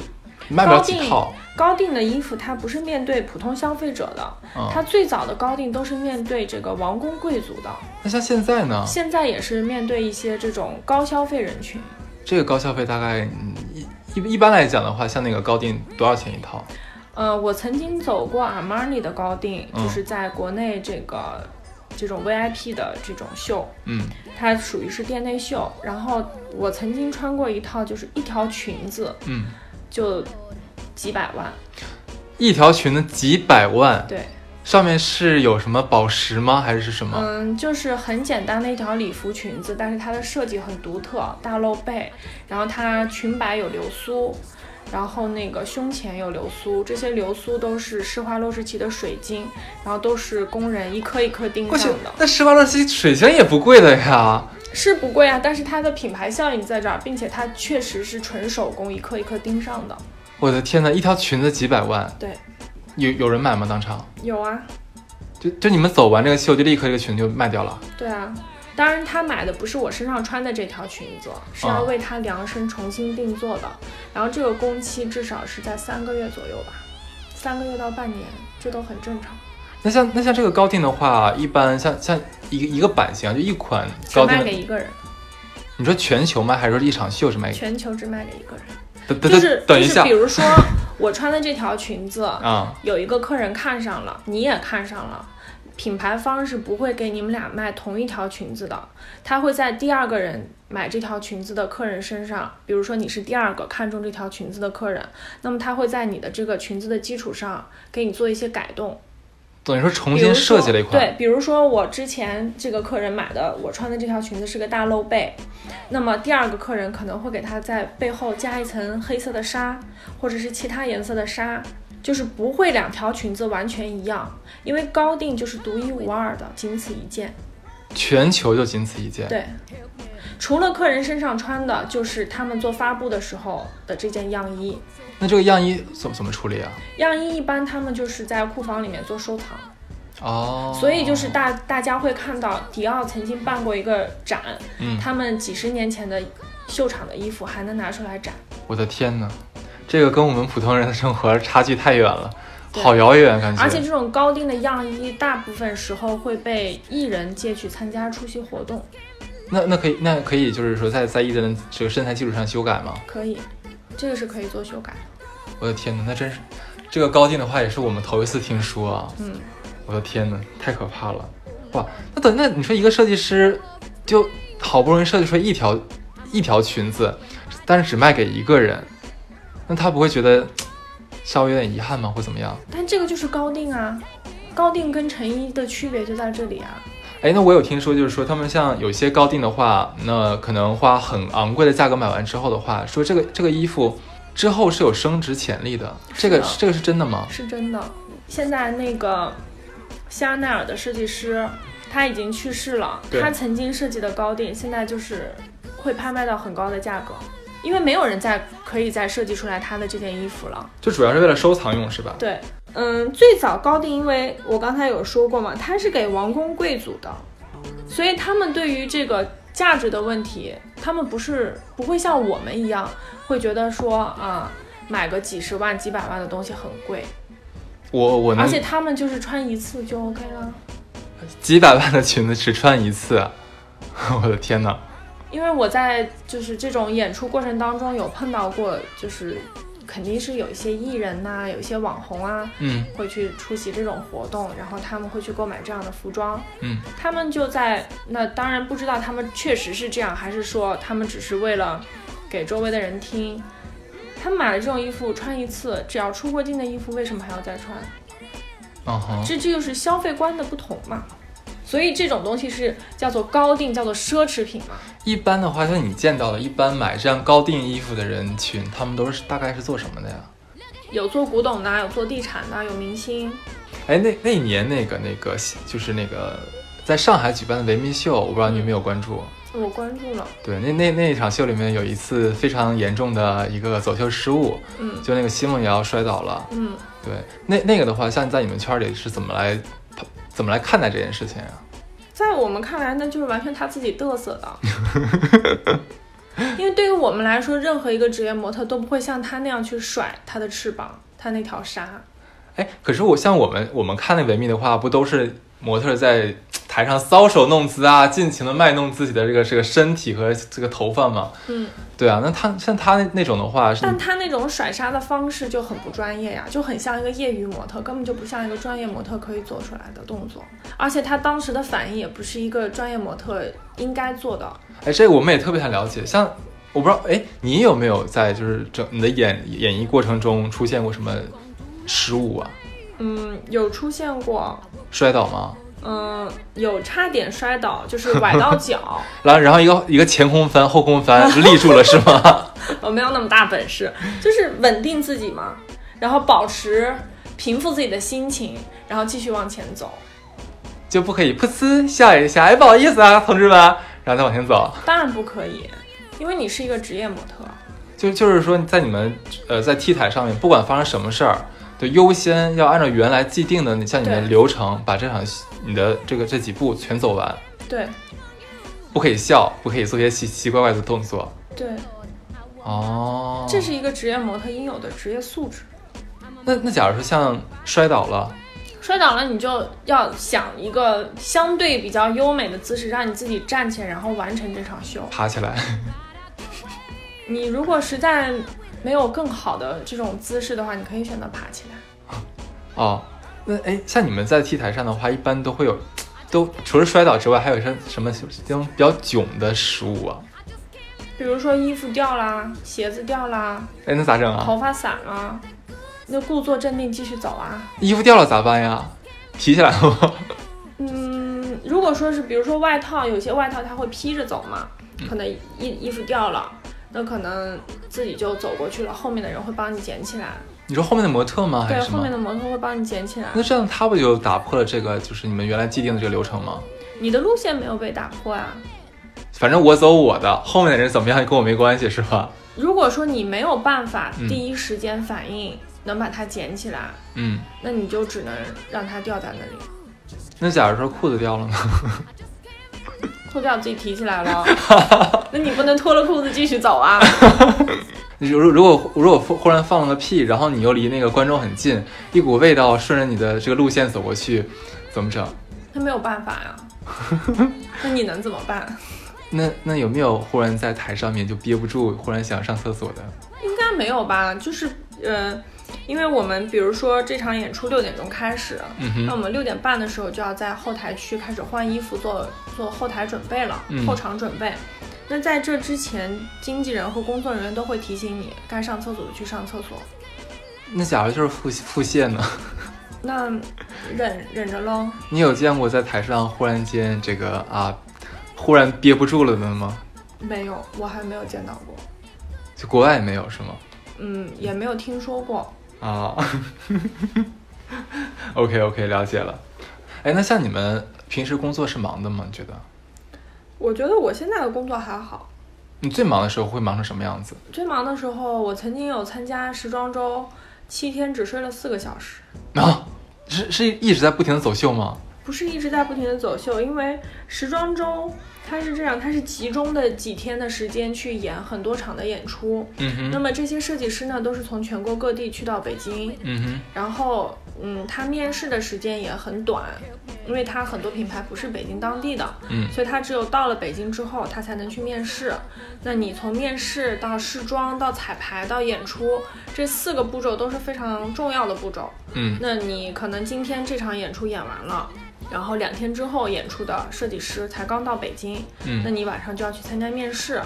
[SPEAKER 2] 卖不了
[SPEAKER 4] 高
[SPEAKER 2] 几
[SPEAKER 4] 定
[SPEAKER 2] 套？
[SPEAKER 4] 高定的衣服它不是面对普通消费者的，
[SPEAKER 2] 嗯，
[SPEAKER 4] 它最早的高定都是面对这个王
[SPEAKER 2] 啊
[SPEAKER 4] 公贵族的，
[SPEAKER 2] 那像现在呢？
[SPEAKER 4] 现在也是面对一些这种高消费人群。
[SPEAKER 2] 这个高消费大概嗯一一一般来讲的话，像那个高定多少钱一套？
[SPEAKER 4] 呃，我曾经走过 Armani 的高定，
[SPEAKER 2] 嗯
[SPEAKER 4] 就是在国内这个这种 VIP 的这种秀，
[SPEAKER 2] 嗯
[SPEAKER 4] 它属于是店内秀。然后我曾经穿过一套，就是一条裙子
[SPEAKER 2] 嗯，
[SPEAKER 4] 就几百万，
[SPEAKER 2] 一条裙子几百万，
[SPEAKER 4] 对，
[SPEAKER 2] 上面是有什么宝石吗？还是什么？
[SPEAKER 4] 嗯，就是很简单的一条礼服裙子，但是它的设计很独特，大露背，然后它裙摆有流苏，然后那个胸前有流苏，这些流苏都是施华洛世奇的水晶，然后都是工人一颗一颗钉
[SPEAKER 2] 过去
[SPEAKER 4] 上嗯的，
[SPEAKER 2] 那施华洛世奇水晶也不贵的呀。
[SPEAKER 4] 是不贵啊，但是它的品牌效应在这儿，并且它确实是纯手工一颗一颗钉上的。
[SPEAKER 2] 我的天呐，一条裙子几百万，
[SPEAKER 4] 对，
[SPEAKER 2] 有有人买吗？当场
[SPEAKER 4] 有啊，
[SPEAKER 2] 就就你们走完这个秀，就立刻这个裙子就卖掉了。
[SPEAKER 4] 对啊。当然，他买的不是我身上穿的这条裙子，是要
[SPEAKER 2] 啊
[SPEAKER 4] 为他量身重新定做的。然后这个工期至少是在三个月左右吧，三个月到半年，这都很正常。
[SPEAKER 2] 那像那像这个高定的话，一般像像一个一个版型啊，就一款
[SPEAKER 4] 只
[SPEAKER 2] 高定
[SPEAKER 4] 卖给
[SPEAKER 2] 的，
[SPEAKER 4] 一个人，
[SPEAKER 2] 你说全球卖还是说一场秀是卖给？
[SPEAKER 4] 全球只卖给一个人。
[SPEAKER 2] 等等
[SPEAKER 4] 就是
[SPEAKER 2] 等哎等一
[SPEAKER 4] 就是，
[SPEAKER 2] 下
[SPEAKER 4] 比如说我穿的这条裙子，
[SPEAKER 2] 啊，
[SPEAKER 4] 有一个客人看上了，你也看上了，品牌方是不会给你们俩卖同一条裙子的，他会在第二个人买这条裙子的客人身上，比如说你是第二个看中这条裙子的客人，那么他会在你的这个裙子的基础上给你做一些改动，
[SPEAKER 2] 等于说重
[SPEAKER 4] 比如
[SPEAKER 2] 新
[SPEAKER 4] 说
[SPEAKER 2] 设计了一款。
[SPEAKER 4] 对，比如说我之前这个客人买的，我穿的这条裙子是个大露背，那么第二个客人可能会给他在背后加一层黑色的纱，或者是其他颜色的纱。就是不会两条裙子完全一样，因为高定就是独一无二的，仅此一件。
[SPEAKER 2] 全球就仅此一件。
[SPEAKER 4] 对，除了客人身上穿的，就是他们做发布的时候的这件样衣。
[SPEAKER 2] 那这个样衣怎么怎么处理啊？
[SPEAKER 4] 样衣一般他们就是在库房里面做收藏。
[SPEAKER 2] 哦，
[SPEAKER 4] 所以就是大大家会看到，迪奥曾经办过一个展，
[SPEAKER 2] 嗯
[SPEAKER 4] 他们几十年前的秀场的衣服还能拿出来展，
[SPEAKER 2] 我的天呐，这个跟我们普通人的生活差距太远了，
[SPEAKER 4] 对
[SPEAKER 2] 好遥远啊感觉。
[SPEAKER 4] 而且这种高定的样衣，大部分时候会被艺人借去参加出席活动，
[SPEAKER 2] 那那可以那可以就是说在在艺人的这个身材基础上修改吗？
[SPEAKER 4] 可以，这个是可以做修改的。
[SPEAKER 2] 我的天呐，那真是这个高定的话也是我们头一次听说啊。
[SPEAKER 4] 嗯，
[SPEAKER 2] 我的天呐，太可怕了！哇，那等那你说一个设计师就好不容易设计出来一条一条裙子，但是只卖给一个人，那他不会觉得稍微有点遗憾吗？或怎么样？
[SPEAKER 4] 但这个就是高定啊，高定跟成衣的区别就在这里啊。
[SPEAKER 2] 哎，那我有听说，就是说他们像有些高定的话，那可能花很昂贵的价格买完之后的话，说这个这个衣服之后是有升值潜力的，这个
[SPEAKER 4] 是的
[SPEAKER 2] 这个是真的吗？
[SPEAKER 4] 是真的。现在那个香奈儿的设计师他已经去世了，
[SPEAKER 2] 对
[SPEAKER 4] 他曾经设计的高定，现在就是会拍卖到很高的价格，因为没有人再可以再设计出来他的这件衣服了。
[SPEAKER 2] 就主要是为了收藏用是吧？
[SPEAKER 4] 对，嗯，最早高定，因为我刚才有说过嘛，它是给王公贵族的，所以他们对于这个价值的问题，他们不是不会像我们一样会觉得说啊、买个几十万、几百万的东西很贵。
[SPEAKER 2] 我我
[SPEAKER 4] 而
[SPEAKER 2] 能
[SPEAKER 4] 且他们就是穿一次就 OK 了，
[SPEAKER 2] 几百万的裙子只穿一次， 我的天呐！
[SPEAKER 4] 因为我在就是这种演出过程当中有碰到过，就是肯定是有一些艺人呐、有一些网红啊，
[SPEAKER 2] 嗯
[SPEAKER 4] 会去出席这种活动，然后他们会去购买这样的服装，
[SPEAKER 2] 嗯，
[SPEAKER 4] 他们就在那当然不知道他们确实是这样，还是说他们只是为了给周围的人听。他们买了这种衣服穿一次，只要出过境的衣服，为什么还要再穿？
[SPEAKER 2] 嗯哼，
[SPEAKER 4] 这这就是消费观的不同嘛。所以这种东西是叫做高定，叫做奢侈品嘛。
[SPEAKER 2] 一般的话，像你见到的，一般买这样高定衣服的人群，他们都是大概是做什么的呀？
[SPEAKER 4] 有做古董的，有做地产的，有明星。
[SPEAKER 2] 哎，那那一年那个那个就是那个在上海举办的维密秀，我不知道你有没有关注？
[SPEAKER 4] 我关注了，
[SPEAKER 2] 对，那那那一场秀里面有一次非常严重的一个走秀失误，
[SPEAKER 4] 嗯
[SPEAKER 2] 就那个奚梦瑶摔倒了。
[SPEAKER 4] 嗯，
[SPEAKER 2] 对，那那个的话，像在你们圈里是怎么来怎么来看待这件事情啊呀、
[SPEAKER 4] 在我们看来，那就是完全他自己嘚瑟的。因为对于我们来说，任何一个职业模特都不会像他那样去甩他的翅膀，他那条纱。
[SPEAKER 2] 哎，可是我像我们我们看那维密的话，不都是模特在台台上搔首弄姿啊，尽情的卖弄自己的这个这个身体和这个头发嘛。
[SPEAKER 4] 嗯，
[SPEAKER 2] 对啊，那他像他那那种的话是，
[SPEAKER 4] 但他那种甩纱的方式就很不专业呀，就很像一个业余模特，根本就不像一个专业模特可以做出来的动作。而且他当时的反应也不是一个专业模特应该做的。
[SPEAKER 2] 哎，这个我们也特别想了解。像我不知道，哎，你有没有在就是整你的演演绎过程中出现过什么失误啊？
[SPEAKER 4] 嗯，有出现过，
[SPEAKER 2] 摔倒吗？
[SPEAKER 4] 嗯，有差点摔倒，就是崴到脚，
[SPEAKER 2] 然后然后一个一个前空翻后空翻立住了是吗？
[SPEAKER 4] 我没有那么大本事，就是稳定自己嘛，然后保持平复自己的心情，然后继续往前走。
[SPEAKER 2] 就不可以噗呲笑一下，哎，不好意思啊，同志们，然后再往前走。
[SPEAKER 4] 当然不可以，因为你是一个职业模特。
[SPEAKER 2] 就就是说，在你们呃在 T 台上面，不管发生什么事儿，就优先要按照原来既定的你像你的
[SPEAKER 4] 对
[SPEAKER 2] 流程，把这场戏你的这个这几步全走完，
[SPEAKER 4] 对
[SPEAKER 2] 不可以笑，不可以做些奇奇怪怪的动作。
[SPEAKER 4] 对，
[SPEAKER 2] 哦，
[SPEAKER 4] 这是一个职业模特应有的职业素质。
[SPEAKER 2] 那那假如说像摔倒了，
[SPEAKER 4] 摔倒了，你就要想一个相对比较优美的姿势，让你自己站起来，然后完成这场秀。
[SPEAKER 2] 爬起来，
[SPEAKER 4] 你如果实在没有更好的这种姿势的话，你可以选择爬起来。
[SPEAKER 2] 哦，那哎，像你们在 T 台上的话，一般都会有，都除了摔倒之外，还有什什么这种比较囧的失误啊？
[SPEAKER 4] 比如说衣服掉啦，鞋子掉啦，
[SPEAKER 2] 哎，那咋整啊？
[SPEAKER 4] 头发散啦，那故作镇定继续走啊。
[SPEAKER 2] 衣服掉了咋办呀？提起来吗？
[SPEAKER 4] 嗯，如果说是比如说外套，有些外套它会披着走嘛，可能衣衣服掉了，那可能自己就走过去了，后面的人会帮你捡起来。
[SPEAKER 2] 你说后面的模特吗？还
[SPEAKER 4] 对
[SPEAKER 2] 哎是，什
[SPEAKER 4] 后
[SPEAKER 2] 么
[SPEAKER 4] 面？的模特会帮你捡起来。
[SPEAKER 2] 那这样他不就打破了这个就是你们原来既定的这个流程吗？
[SPEAKER 4] 你的路线没有被打破啊。
[SPEAKER 2] 反正我走我的，后面的人怎么样跟我没关系是吧？
[SPEAKER 4] 如果说你没有办法
[SPEAKER 2] 嗯
[SPEAKER 4] 第一时间反应、能把它捡起来，
[SPEAKER 2] 嗯，
[SPEAKER 4] 那你就只能让它掉在那里，
[SPEAKER 2] 那假如说裤子掉了呢？
[SPEAKER 4] 裤子要自己提起来了，那你不能脱了裤子继续走啊。
[SPEAKER 2] 如如果如果忽忽然放了个屁，然后你又离那个观众很近，一股味道顺着你的这个路线走过去，怎么整？
[SPEAKER 4] 那没有办法 呀、那你能怎么办？
[SPEAKER 2] 那那有没有忽然在台上面就憋不住，忽然想上厕所的？
[SPEAKER 4] 应该没有吧？就是呃，因为我们比如说这场演出六点钟开始，
[SPEAKER 2] 嗯
[SPEAKER 4] 那我
[SPEAKER 2] 哼，
[SPEAKER 4] 们六点半的时候就要在后台区开始换衣服做做后台准备了，
[SPEAKER 2] 嗯
[SPEAKER 4] 后场准备。那在这之前，经纪人和工作人员都会提醒你该上厕所的去上厕所。
[SPEAKER 2] 那假如就是腹腹泻呢？
[SPEAKER 4] 那忍忍着喽，
[SPEAKER 2] 你有见过在台上忽然间这个啊，忽然憋不住了的吗？
[SPEAKER 4] 没有，我还没有见到过，
[SPEAKER 2] 就国外也没有是吗？
[SPEAKER 4] 嗯，也没有听说过。
[SPEAKER 2] 啊 ，OK OK，了解了。哎，那像你们平时工作是忙的吗？你觉得
[SPEAKER 4] 我觉得我现在的工作还好，
[SPEAKER 2] 你最忙的时候会忙成什么样子？
[SPEAKER 4] 最忙的时候，我曾经有参加时装周，七天只睡了四个小时。
[SPEAKER 2] 啊，是是一直在不停的走秀吗？
[SPEAKER 4] 不是一直在不停的走秀，因为时装周它是这样，它是集中的几天的时间去演很多场的演出。
[SPEAKER 2] 嗯
[SPEAKER 4] 那
[SPEAKER 2] 哼，
[SPEAKER 4] 么这些设计师呢，都是从全国各地去到北京，
[SPEAKER 2] 嗯哼，
[SPEAKER 4] 然后嗯，他面试的时间也很短，因为他很多品牌不是北京当地的，
[SPEAKER 2] 嗯
[SPEAKER 4] 所以他只有到了北京之后，他才能去面试。那你从面试到试妆到彩排到演出，这四个步骤都是非常重要的步骤。
[SPEAKER 2] 嗯
[SPEAKER 4] 那你可能今天这场演出演完了，然后两天之后演出的设计师才刚到北京，那
[SPEAKER 2] 嗯，
[SPEAKER 4] 你晚上就要去参加面试，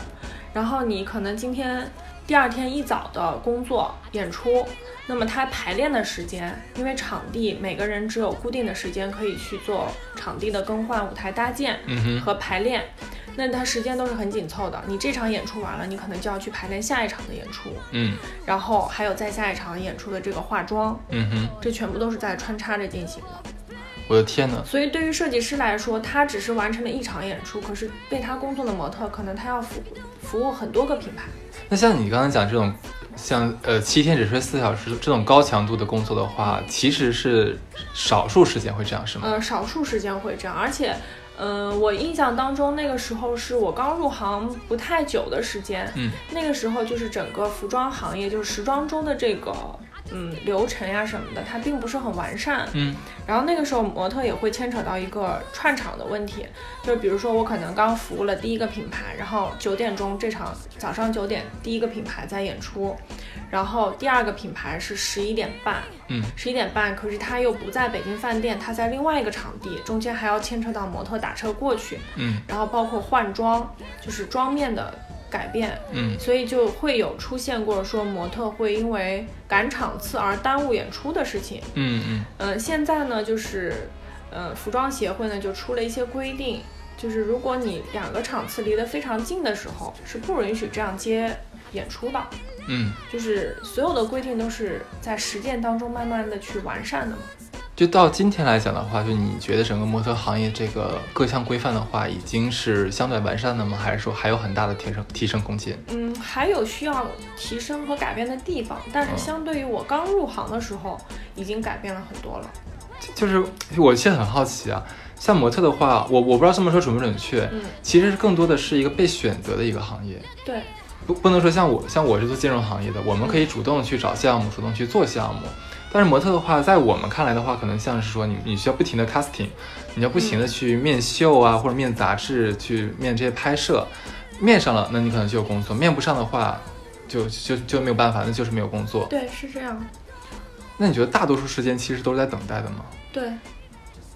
[SPEAKER 4] 然后你可能今天第二天一早的工作演出，那么他排练的时间，因为场地每个人只有固定的时间可以去做场地的更换、舞台搭建
[SPEAKER 2] 嗯哼，
[SPEAKER 4] 和排练。那它时间都是很紧凑的，你这场演出完了，你可能就要去排练下一场的演出，
[SPEAKER 2] 嗯
[SPEAKER 4] 然后还有再下一场演出的这个化妆，
[SPEAKER 2] 嗯哼，
[SPEAKER 4] 这全部都是在穿插着进行的。
[SPEAKER 2] 我的天呐，
[SPEAKER 4] 所以对于设计师来说，他只是完成了一场演出，可是为他工作的模特，可能他要服服务很多个品牌。
[SPEAKER 2] 那像你刚才讲这种，像呃七天只睡四小时这种高强度的工作的话，其实是少数时间会这样是吗？
[SPEAKER 4] 呃，少数时间会这样，而且，嗯、我印象当中那个时候是我刚入行不太久的时间，
[SPEAKER 2] 嗯，
[SPEAKER 4] 那个时候就是整个服装行业，就是时装周的这个嗯流程呀、什么的，它并不是很完善。
[SPEAKER 2] 嗯
[SPEAKER 4] 然后那个时候模特也会牵扯到一个串场的问题，就比如说我可能刚服务了第一个品牌，然后九点钟这场早上九点第一个品牌在演出，然后第二个品牌是十一点半，
[SPEAKER 2] 嗯，
[SPEAKER 4] 十一点半，可是他又不在北京饭店，他在另外一个场地，中间还要牵扯到模特打车过去，
[SPEAKER 2] 嗯
[SPEAKER 4] 然后包括换装，就是妆面的改变，
[SPEAKER 2] 嗯
[SPEAKER 4] 所以就会有出现过说模特会因为赶场次而耽误演出的事情。
[SPEAKER 2] 嗯嗯
[SPEAKER 4] 嗯，现在呢，就是，呃，服装协会呢就出了一些规定，就是如果你两个场次离得非常近的时候，是不允许这样接演出的。
[SPEAKER 2] 嗯，
[SPEAKER 4] 就是所有的规定都是在实践当中慢慢的去完善的嘛。
[SPEAKER 2] 就到今天来讲的话，就你觉得整个模特行业这个各项规范的话，已经是相对完善的吗？还是说还有很大的提升提升空间？
[SPEAKER 4] 嗯，还有需要提升和改变的地方，但是
[SPEAKER 2] 嗯
[SPEAKER 4] 相对于我刚入行的时候，已经改变了很多了。
[SPEAKER 2] 就是我现在很好奇啊，像模特的话，我我不知道这么说准不准确，
[SPEAKER 4] 嗯，
[SPEAKER 2] 其实更多的是一个被选择的一个行业，
[SPEAKER 4] 对，
[SPEAKER 2] 不不能说像我像我是做金融行业的，我们可以主动去找项目，主动去做项目。但是模特的话，在我们看来的话，可能像是说你你需要不停的 casting，你要不停的去面秀啊，或者面杂志，去面这些拍摄，面上了，那你可能就有工作；面不上的话，就就就没有办法，那就是没有工作。
[SPEAKER 4] 对，是这样。
[SPEAKER 2] 那你觉得大多数时间其实都是在等待的吗？
[SPEAKER 4] 对，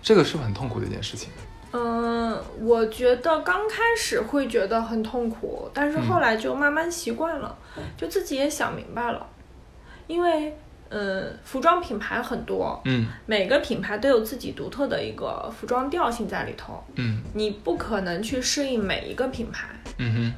[SPEAKER 2] 这个是不是很痛苦的一件事情？
[SPEAKER 4] 嗯，我觉得刚开始会觉得很痛苦，但是后来就慢慢习惯了，就自己也想明白了。因为，嗯，服装品牌很多，
[SPEAKER 2] 嗯
[SPEAKER 4] 每个品牌都有自己独特的一个服装调性在里头，
[SPEAKER 2] 嗯
[SPEAKER 4] 你不可能去适应每一个品牌。
[SPEAKER 2] 嗯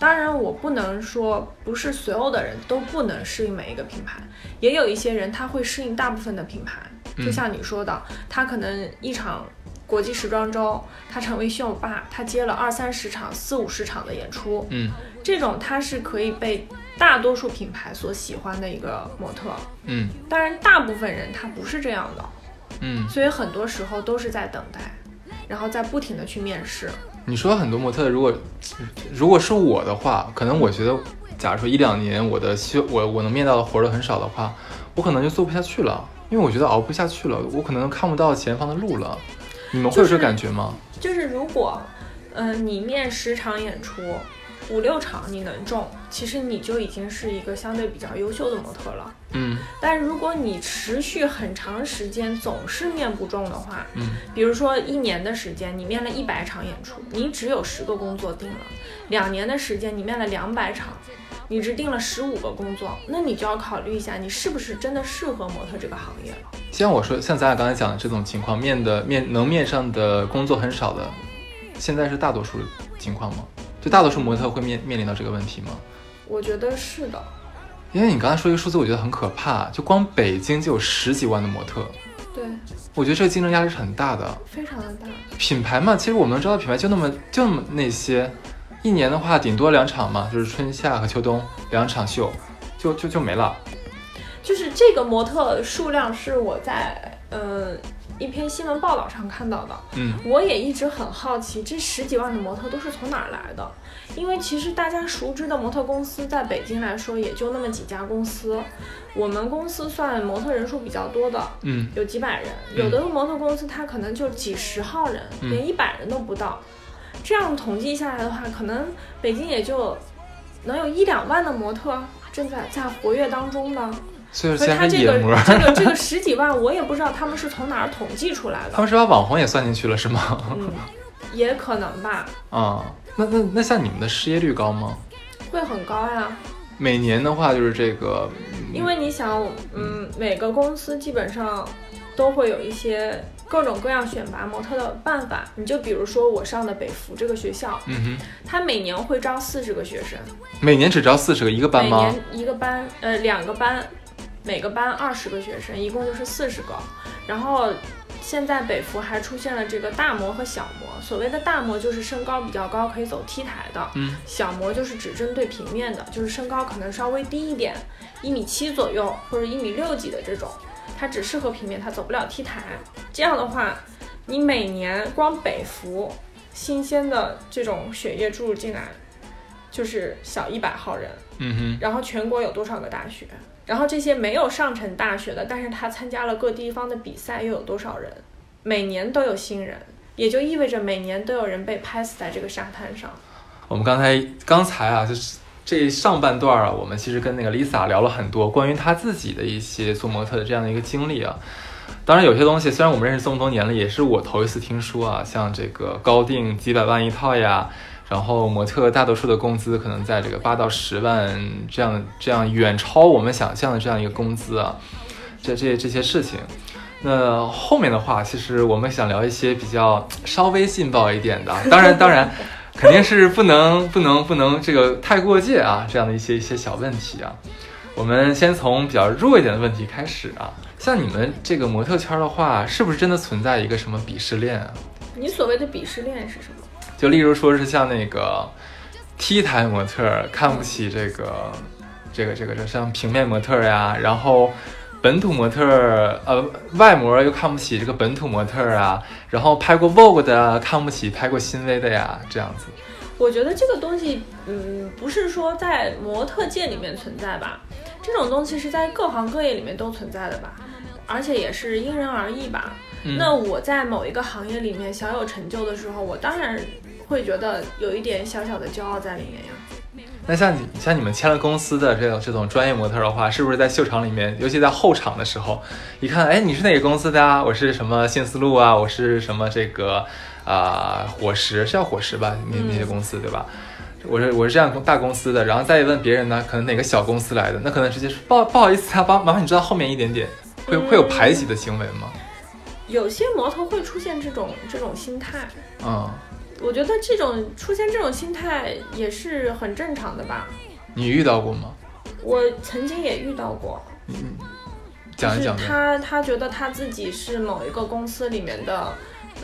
[SPEAKER 4] 当然，我不能说不是所有的人都不能适应每一个品牌，也有一些人他会适应大部分的品牌。
[SPEAKER 2] 嗯
[SPEAKER 4] 就像你说的，他可能一场国际时装周，他成为秀霸，他接了二三十场、四五十场的演出，
[SPEAKER 2] 哼嗯
[SPEAKER 4] 这种他是可以被大多数品牌所喜欢的一个模特。
[SPEAKER 2] 嗯
[SPEAKER 4] 当然，大部分人他不是这样的，
[SPEAKER 2] 嗯，
[SPEAKER 4] 所以很多时候都是在等待，然后在不停的去面试。
[SPEAKER 2] 你说很多模特，如果如果是我的话，可能我觉得，假如说一两年我的希我我能面到的活儿都很少的话，我可能就做不下去了，因为我觉得熬不下去了，我可能看不到前方的路了。你们会有这
[SPEAKER 4] 就是
[SPEAKER 2] 感觉吗？
[SPEAKER 4] 就是如果，嗯、你面十场演出，五六场你能中，其实你就已经是一个相对比较优秀的模特了。
[SPEAKER 2] 嗯
[SPEAKER 4] 但如果你持续很长时间总是面不中的话，
[SPEAKER 2] 嗯
[SPEAKER 4] 比如说一年的时间你面了一百场演出，你只有十个工作定了；两年的时间你面了两百场，你只定了十五个工作，那你就要考虑一下，你是不是真的适合模特这个行业了。
[SPEAKER 2] 像我说，像咱俩刚才讲的这种情况，面的面能面上的工作很少的，现在是大多数情况吗？就大多数模特会面面临到这个问题吗？
[SPEAKER 4] 我觉得是的，
[SPEAKER 2] 因为你刚才说一个数字，我觉得很可怕，就光北京就有十几万的模特，
[SPEAKER 4] 对，
[SPEAKER 2] 我觉得这个竞争压力是很大的。
[SPEAKER 4] 非常的大。
[SPEAKER 2] 品牌嘛，其实我们知道的品牌就那么就那么那些，一年的话顶多两场嘛，就是春夏和秋冬两场秀，就就就没了。
[SPEAKER 4] 就是这个模特数量是我在嗯、呃一篇新闻报道上看到的。
[SPEAKER 2] 嗯
[SPEAKER 4] 我也一直很好奇，这十几万的模特都是从哪儿来的？因为其实大家熟知的模特公司，在北京来说也就那么几家公司。我们公司算模特人数比较多的，
[SPEAKER 2] 嗯
[SPEAKER 4] 有几百人，
[SPEAKER 2] 嗯
[SPEAKER 4] 有的模特公司它可能就几十号人，
[SPEAKER 2] 嗯
[SPEAKER 4] 连一百人都不到。这样统计下来的话，可能北京也就能有一两万的模特正在在活跃当中呢。
[SPEAKER 2] 所以
[SPEAKER 4] 可
[SPEAKER 2] 现
[SPEAKER 4] 是他
[SPEAKER 2] 在是
[SPEAKER 4] 这
[SPEAKER 2] 野
[SPEAKER 4] 个
[SPEAKER 2] 模，
[SPEAKER 4] 这个这个十几万，我也不知道他们是从哪儿统计出来
[SPEAKER 2] 他
[SPEAKER 4] 的，
[SPEAKER 2] 们是把网红也算进去了是吗？
[SPEAKER 4] 嗯，也可能吧，
[SPEAKER 2] 啊、那那那像你们的失业率高吗？
[SPEAKER 4] 会很高呀，
[SPEAKER 2] 每年的话就是这个，
[SPEAKER 4] 因为你想，嗯，每个公司基本上都会有一些各种各样选拔模特的办法，你就比如说我上的北服这个学校，
[SPEAKER 2] 嗯哼，
[SPEAKER 4] 它每年会招四十个学生，
[SPEAKER 2] 每年只招四十个一个班
[SPEAKER 4] 每
[SPEAKER 2] 吗
[SPEAKER 4] 年？一个班，呃，两个班，每个班二十个学生，一共就是四十个。然后现在北服还出现了这个大模和小模，所谓的大模就是身高比较高，可以走 T 台的；
[SPEAKER 2] 嗯
[SPEAKER 4] 小模就是只针对平面的，就是身高可能稍微低一点，一米七左右或者一米六几的这种，它只适合平面，它走不了 T 台。这样的话，你每年光北服新鲜的这种血液注入进来，就是小一百号人，
[SPEAKER 2] 嗯
[SPEAKER 4] 然后全国有多少个大学？然后这些没有上成大学的，但是他参加了各地方的比赛，又有多少人？每年都有新人，也就意味着每年都有人被拍死在这个沙滩上。
[SPEAKER 2] 哼，我们刚才刚才啊，就是这上半段啊，我们其实跟那个 Lisa 聊了很多关于她自己的一些做模特的这样的一个经历啊。当然，有些东西虽然我们认识这么多年了，也是我头一次听说啊，像这个高定几百万一套呀，然后模特大多数的工资可能在这个八到十万这样这样远超我们想象的这样一个工资啊，这这这些事情。那后面的话，其实我们想聊一些比较稍微劲爆一点的，啊当然当然，肯定是不能不能不能这个太过界啊，这样的一些一些小问题啊。我们先从比较弱一点的问题开始啊，像你们这个模特圈的话，是不是真的存在一个什么鄙视链啊？
[SPEAKER 4] 你所谓的鄙视链是什么？
[SPEAKER 2] 就例如说是像那个 T 台模特儿看不起这个这个这个这像平面模特儿呀，然后本土模特儿呃外模又看不起这个本土模特儿啊，然后拍过 Vogue 的啊看不起拍过新薇的呀，这样子。
[SPEAKER 4] 我觉得这个东西，嗯，不是说在模特界里面存在吧，这种东西是在各行各业里面都存在的吧，而且也是因人而异吧。
[SPEAKER 2] 嗯
[SPEAKER 4] 那我在某一个行业里面小有成就的时候，我当然会觉得有一点小小的骄傲在里面呀。
[SPEAKER 2] 那像你像你们签了公司的这种这种专业模特儿的话，是不是在秀场里面，尤其在后场的时候，一看，哎，你是哪个公司的啊？我是什么新思路啊？我是什么这个啊、火石是叫火石吧？那那些公司、对吧？我是我是这样大公司的，然后再问别人呢，可能哪个小公司来的，那可能直接说不好不好意思啊，帮麻烦你知道后面一点点，会会有排挤的行为吗？
[SPEAKER 4] 有些模特会出现这种这种心态，
[SPEAKER 2] 嗯，
[SPEAKER 4] 我觉得这种出现这种心态也是很正常的吧。
[SPEAKER 2] 你遇到过吗？
[SPEAKER 4] 我曾经也遇到过，
[SPEAKER 2] 讲一
[SPEAKER 4] 就
[SPEAKER 2] 讲
[SPEAKER 4] 是
[SPEAKER 2] 呗。
[SPEAKER 4] 他他觉得他自己是某一个公司里面的，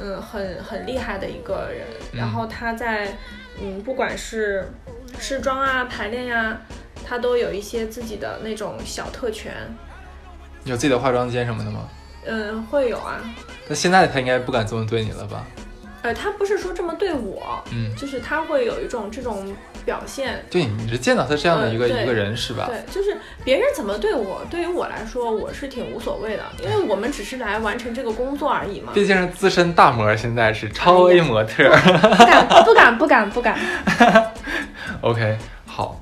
[SPEAKER 4] 嗯，很很厉害的一个人，
[SPEAKER 2] 嗯
[SPEAKER 4] 然后他在嗯，不管是试妆啊、排练呀、他都有一些自己的那种小特权，
[SPEAKER 2] 有自己的化妆间什么的吗？
[SPEAKER 4] 嗯，会有啊。
[SPEAKER 2] 那现在他应该不敢这么对你了吧？
[SPEAKER 4] 呃，他不是说这么对我，
[SPEAKER 2] 嗯。
[SPEAKER 4] 就是他会有一种这种表现，
[SPEAKER 2] 对，你是见到他这样的一个、
[SPEAKER 4] 嗯对
[SPEAKER 2] 一个人是吧？
[SPEAKER 4] 对，就是别人怎么对我，对于我来说，我是挺无所谓的，因为我们只是来完成这个工作而已嘛。
[SPEAKER 2] 毕竟是资深大模，现在是
[SPEAKER 4] 哎
[SPEAKER 2] 超 A 模特。
[SPEAKER 5] 不敢，不敢，不敢，不敢。
[SPEAKER 2] OK，好，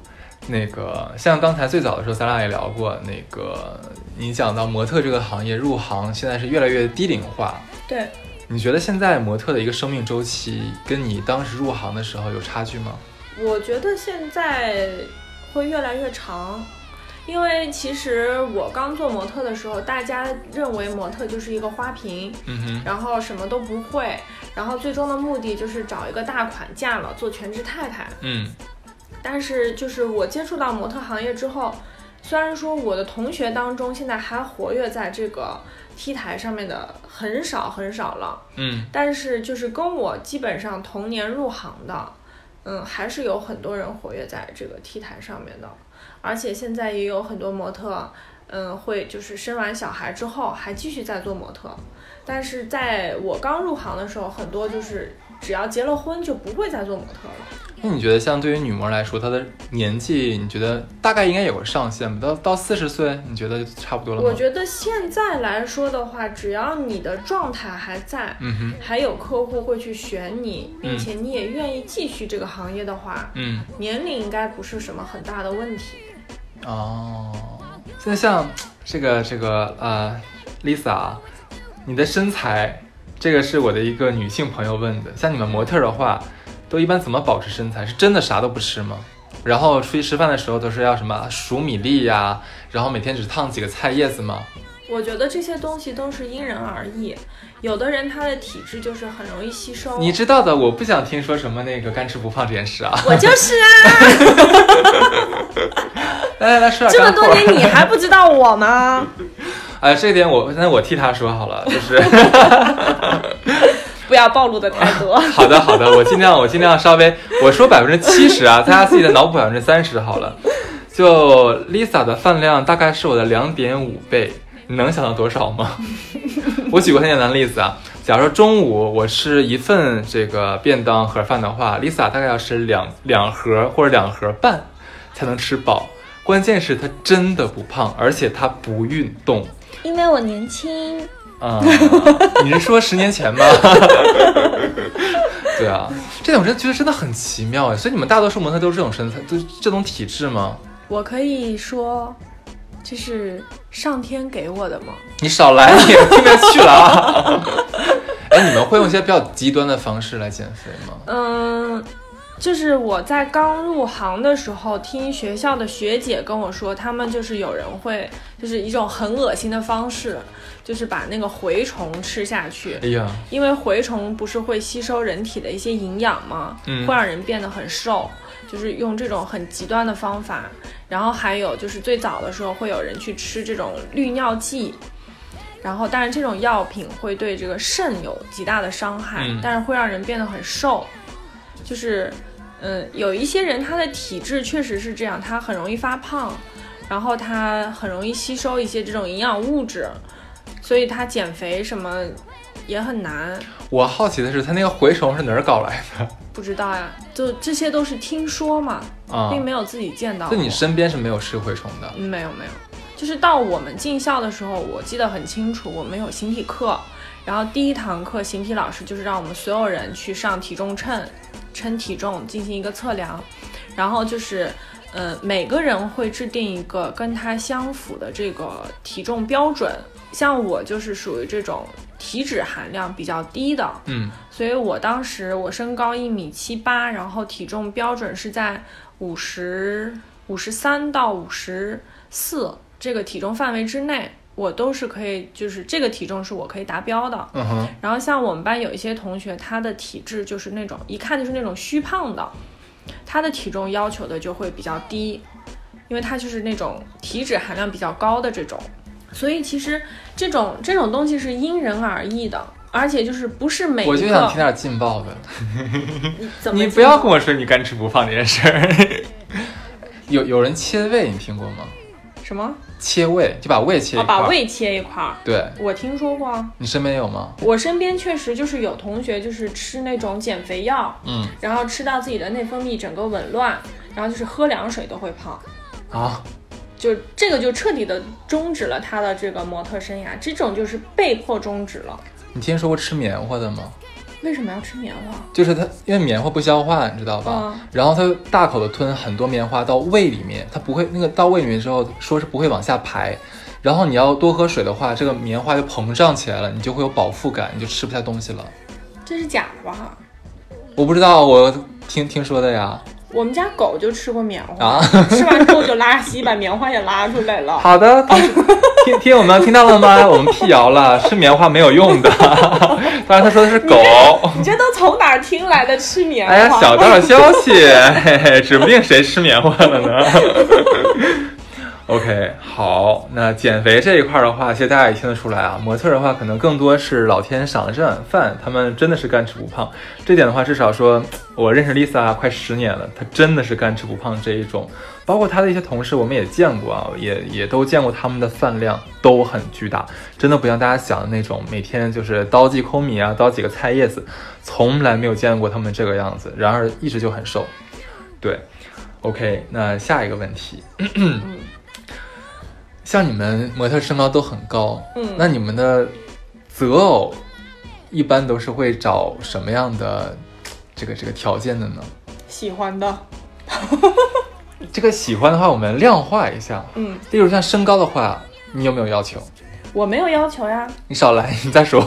[SPEAKER 2] 那个像刚才最早的时候，咱俩也聊过，那个你讲到模特这个行业入行，现在是越来越低龄化。
[SPEAKER 4] 对，
[SPEAKER 2] 你觉得现在模特的一个生命周期，跟你当时入行的时候有差距吗？
[SPEAKER 4] 我觉得现在会越来越长，因为其实我刚做模特的时候，大家认为模特就是一个花瓶，
[SPEAKER 2] 嗯
[SPEAKER 4] 然后什么都不会，然后最终的目的就是找一个大款嫁了，做全职太太。
[SPEAKER 2] 哼，嗯
[SPEAKER 4] 但是就是我接触到模特行业之后，虽然说我的同学当中现在还活跃在这个 T 台上面的很少很少了，
[SPEAKER 2] 嗯
[SPEAKER 4] 但是就是跟我基本上同年入行的，嗯，还是有很多人活跃在这个 T 台上面的，而且现在也有很多模特，嗯，会就是生完小孩之后还继续在做模特，但是在我刚入行的时候，很多就是只要结了婚就不会再做模特了。
[SPEAKER 2] 那你觉得像对于女模来说，她的年纪，你觉得大概应该有个上限吧？到到四十岁，你觉得差不多了吗？
[SPEAKER 4] 我觉得现在来说的话，只要你的状态还在。
[SPEAKER 2] 嗯哼，
[SPEAKER 4] 还有客户会去选你，并
[SPEAKER 2] 嗯
[SPEAKER 4] 且你也愿意继续这个行业的话，
[SPEAKER 2] 嗯。
[SPEAKER 4] 年龄应该不是什么很大的问题。
[SPEAKER 2] 哦，现在像这个这个呃，Lisa，啊你的身材，这个是我的一个女性朋友问的。像你们模特儿的话，都一般怎么保持身材？是真的啥都不吃吗？然后出去吃饭的时候都是要什么数米粒呀、然后每天只烫几个菜叶子吗？
[SPEAKER 4] 我觉得这些东西都是因人而异，有的人他的体质就是很容易吸收。
[SPEAKER 2] 你知道的，我不想听说什么那个干吃不胖这件事啊。
[SPEAKER 4] 我就是啊，
[SPEAKER 2] 来来来，说
[SPEAKER 4] 这
[SPEAKER 2] 点
[SPEAKER 4] 么
[SPEAKER 2] 干货
[SPEAKER 4] 多。年你还不知道 我吗？
[SPEAKER 2] 哎，这点我那我替他说好了，就是。
[SPEAKER 4] 不要暴露的太 多。
[SPEAKER 2] 好的，好的，我尽量，我尽量稍微，我说百分之七十啊，大家自己的脑补百分之三十好了。就 Lisa 的饭量大概 是我的两点五倍，你能想到多少吗？我举个很简单的例子啊，假如说中午我吃一份这个便当盒饭的话，Lisa 大概要吃两两盒或者两盒半才能吃饱。关键是她真的不胖，而且她不运动。
[SPEAKER 6] 因为我年轻，
[SPEAKER 2] 啊、你是说十年前吗？ 对啊，这种人觉得真的很奇妙哎。所以你们大多数模特都是这种身材，都是这种体质吗？
[SPEAKER 4] 我可以说，这是上天给我的吗？
[SPEAKER 2] 你少来，你听不下去了啊！ 哎，你们会用一些比较极端的方式来减肥吗？
[SPEAKER 4] 嗯，就是我在刚入行的时候，听学校的学姐跟我说，他们就是有人会，就是一种很恶心的方式，就是把那个蛔虫吃下去
[SPEAKER 2] 哎，呀，
[SPEAKER 4] 因为蛔虫不是会吸收人体的一些营养吗？
[SPEAKER 2] 嗯
[SPEAKER 4] 会让人变得很瘦，就是用这种很极端的方法。然后还有就是最早的时候会有人去吃这种利尿剂，然后但是这种药品会对这个肾有极大的伤害，
[SPEAKER 2] 嗯
[SPEAKER 4] 但是会让人变得很瘦，就是。嗯，有一些人他的体质确实是这样，他很容易发胖，然后他很容易吸收一些这种营养物质，所以他减肥什么也很难。
[SPEAKER 2] 我好奇的是，他那个蛔虫是哪儿搞来
[SPEAKER 4] 不知道呀，就这些都是听说嘛，
[SPEAKER 2] 的啊？
[SPEAKER 4] 并没有自己见到
[SPEAKER 2] 就
[SPEAKER 4] 过。
[SPEAKER 2] 你身边是没有吃蛔虫的，
[SPEAKER 4] 嗯没有没有，就是到我们进校的时候，我记得很清楚，我们有形体课，然后第一堂课形体老师就是让我们所有人去上体重秤，称体重进行一个测量，然后就是。呃，每个人会制定一个跟他相符的这个体重标准，像我就是属于这种体脂含量比较低的，
[SPEAKER 2] 嗯，
[SPEAKER 4] 所以我当时我身高一米七八，然后体重标准是在五十五十三到五十四这个体重范围之内，我都是可以，就是这个体重是我可以达标的。
[SPEAKER 2] 嗯哼，
[SPEAKER 4] 然后像我们班有一些同学，他的体质就是那种一看就是那种虚胖的，他的体重要求的就会比较低，因为他就是那种体脂含量比较高的这种。所以其实这种这种东西是因人而异的，而且就是不是每一个
[SPEAKER 2] 我就想听点劲爆的。
[SPEAKER 4] 你怎么
[SPEAKER 2] 你不要跟我说你干吃不胖这件事儿。 有有人切胃，你听过吗？
[SPEAKER 4] 什么？
[SPEAKER 2] 切胃就把胃切一
[SPEAKER 4] 哦，
[SPEAKER 2] 块儿、
[SPEAKER 4] 把胃切一块儿。
[SPEAKER 2] 对
[SPEAKER 4] 我听说过啊，
[SPEAKER 2] 你身边有吗？
[SPEAKER 4] 我身边确实就是有同学就是吃那种减肥药，
[SPEAKER 2] 嗯
[SPEAKER 4] 然后吃到自己的内分泌整个紊乱，然后就是喝凉水都会胖，
[SPEAKER 2] 啊，
[SPEAKER 4] 就这个就彻底的终止了他的这个模特生涯，这种就是被迫终止了。
[SPEAKER 2] 你听说过吃棉花的吗？
[SPEAKER 4] 为什么要吃棉花？
[SPEAKER 2] 就是它，因为棉花不消化，你知道吧？
[SPEAKER 4] 嗯
[SPEAKER 2] 然后它大口的吞很多棉花到胃里面，它不会那个到胃里面之后，说是不会往下排。然后你要多喝水的话，这个棉花就膨胀起来了，你就会有饱腹感，你就吃不下东西了。
[SPEAKER 4] 这是假的吧？
[SPEAKER 2] 我不知道，我听听说的呀。
[SPEAKER 4] 我们家狗就吃过棉花，
[SPEAKER 2] 啊
[SPEAKER 4] 吃完之后就拉稀，把棉花也拉出来了。
[SPEAKER 2] 好的，同学听听我们听到了吗？我们辟谣了，吃棉花没有用的。 当然他说的是狗。
[SPEAKER 4] 你这都从哪儿听来的吃棉花？
[SPEAKER 2] 哎呀，小道消 息，嘿嘿，指不定谁吃棉花了呢。OK，好，那减肥这一块的话，其实大家也听得出来啊，模特的话可能更多是老天赏了这碗饭，他们真的是干吃不胖。这点的话，至少说我认识 Lisa 啊快十年了，她真的是干吃不胖这一种。包括她的一些同事，我们也见过啊，也也都见过他们的饭量都很巨大，真的不像大家想的那种每天就是刀几口米啊，刀几个菜叶子，从来没有见过他们这个样子。然而一直就很瘦，对。OK，那下一个问题，像你们模特身高都很高，
[SPEAKER 4] 嗯
[SPEAKER 2] 那你们的择偶一般都是会找什么样的这个这个条件的呢？
[SPEAKER 4] 喜欢的，
[SPEAKER 2] 这个喜欢的话，我们量化一下，
[SPEAKER 4] 嗯，
[SPEAKER 2] 例如像身高的话，你有没有要求？
[SPEAKER 4] 我没有要求呀，
[SPEAKER 2] 你少来，你再说。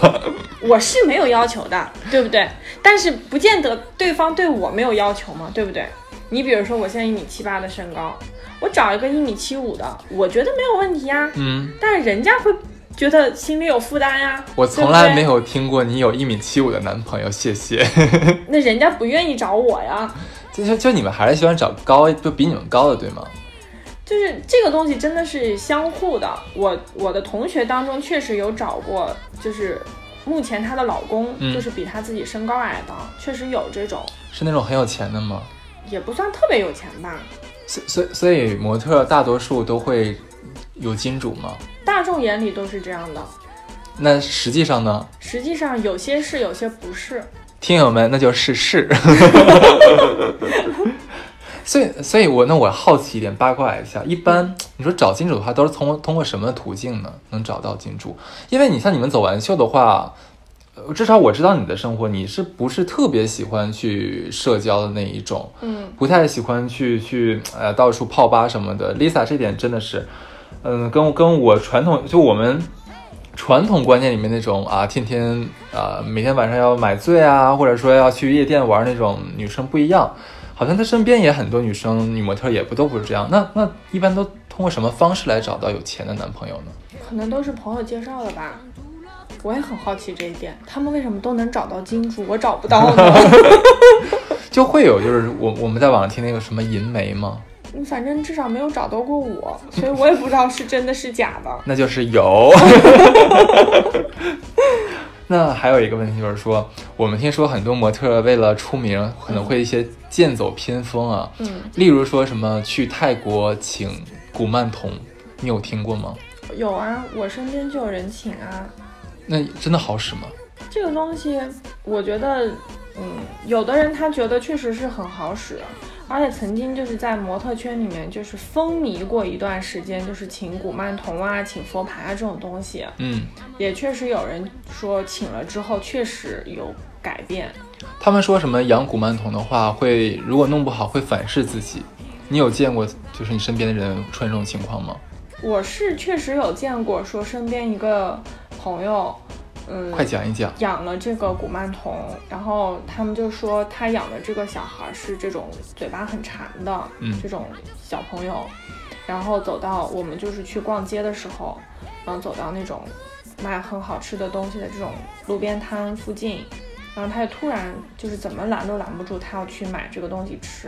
[SPEAKER 4] 我是没有要求的，对不对？但是不见得对方对我没有要求嘛，对不对？你比如说，我现在一米七八的身高，我找一个一米七五的，我觉得没有问题呀。
[SPEAKER 2] 嗯，
[SPEAKER 4] 但是人家会觉得心里有负担呀。
[SPEAKER 2] 我从来没
[SPEAKER 4] 有，
[SPEAKER 2] 有听过你有一米七五的男朋友，谢谢。
[SPEAKER 4] 那人家不愿意找我呀。
[SPEAKER 2] 就就就你们还是喜欢找高，就比你们高的，对吗？
[SPEAKER 4] 就是这个东西真的是相互的。我我的同学当中确实有找过，就是目前她的老公
[SPEAKER 2] 嗯
[SPEAKER 4] 就是比她自己身高矮的，确实有这种，
[SPEAKER 2] 是那种很有钱的吗？
[SPEAKER 4] 也不算特别有钱吧。
[SPEAKER 2] 所所以所以模特大多数都会有金主吗？
[SPEAKER 4] 大众眼里都是这样的，
[SPEAKER 2] 那实际上呢，
[SPEAKER 4] 实际上有些是，有些不是。
[SPEAKER 2] 听友们那就是 是。所以，所以我那我好奇一点，八卦一下，一般你说找金主的话，都是通通过什么途径呢？能找到金主？因为你像你们走完秀的话，呃至少我知道你的生活，你是不是特别喜欢去社交的那一种？
[SPEAKER 4] 嗯，
[SPEAKER 2] 不太喜欢去去呃到处泡吧什么的。Lisa 这点真的是，嗯，跟跟我传统就我们传统观念里面那种啊，天天啊、每天晚上要买醉啊，或者说要去夜店玩那种女生不一样。好像她身边也很多女生，女模特也不都不是这样。那那一般都通过什么方式来找到有钱的男朋友呢？
[SPEAKER 4] 可能都是朋友介绍的吧。我也很好奇这一点，他们为什么都能找到金主，我找不到呢？
[SPEAKER 2] 就会有就是我我们在网上听那个什么银媒吗？
[SPEAKER 4] 嗯反正至少没有找到过我，所以我也不知道是真的是假的。
[SPEAKER 2] 那就是有。 那还有一个问题就是说，我们听说很多模特为了出名，可能会一些剑走偏锋啊，
[SPEAKER 4] 嗯，
[SPEAKER 2] 例如说什么去泰国请古曼童，你有听过吗？
[SPEAKER 4] 有啊，我身边就有人请啊。
[SPEAKER 2] 那真的好使吗？
[SPEAKER 4] 这个东西，我觉得，嗯，有的人他觉得确实是很好使，而且曾经就是在模特圈里面就是风靡过一段时间，就是请古曼童啊、请佛牌啊这种东西，
[SPEAKER 2] 嗯，
[SPEAKER 4] 也确实有人说请了之后确实有改变。
[SPEAKER 2] 他们说什么养古曼童的话，会如果弄不好会反噬自己。你有见过就是你身边的人出现这种情况吗？
[SPEAKER 4] 我是确实有见过，说身边一个朋友，嗯，
[SPEAKER 2] 快讲一讲。
[SPEAKER 4] 养了这个古曼童，然后他们就说他养的这个小孩是这种嘴巴很馋的，
[SPEAKER 2] 嗯
[SPEAKER 4] 这种小朋友，然后走到我们就是去逛街的时候，然后走到那种卖很好吃的东西的这种路边摊附近，然后他就突然就是怎么拦都拦不住，他要去买这个东西吃，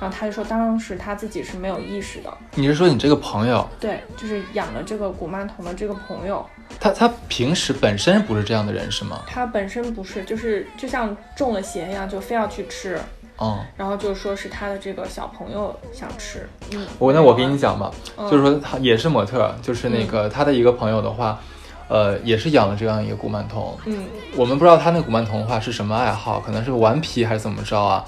[SPEAKER 4] 然后他就说当时他自己是没有意识的，
[SPEAKER 2] 你是说你这个朋友，
[SPEAKER 4] 对，就是养了这个古曼童的这个朋友，
[SPEAKER 2] 他他平时本身不是这样的人是吗？
[SPEAKER 4] 他本身不是，就是就像中了邪一样，就非要去吃，
[SPEAKER 2] 嗯。
[SPEAKER 4] 然后就说是他的这个小朋友想吃。嗯，
[SPEAKER 2] 我那我给你讲吧，
[SPEAKER 4] 嗯
[SPEAKER 2] 就是说他也是模特，就是那个他的一个朋友的话，呃，也是养了这样一个古曼童。
[SPEAKER 4] 嗯
[SPEAKER 2] 我们不知道他那古曼童的话是什么爱好，可能是顽皮还是怎么着啊？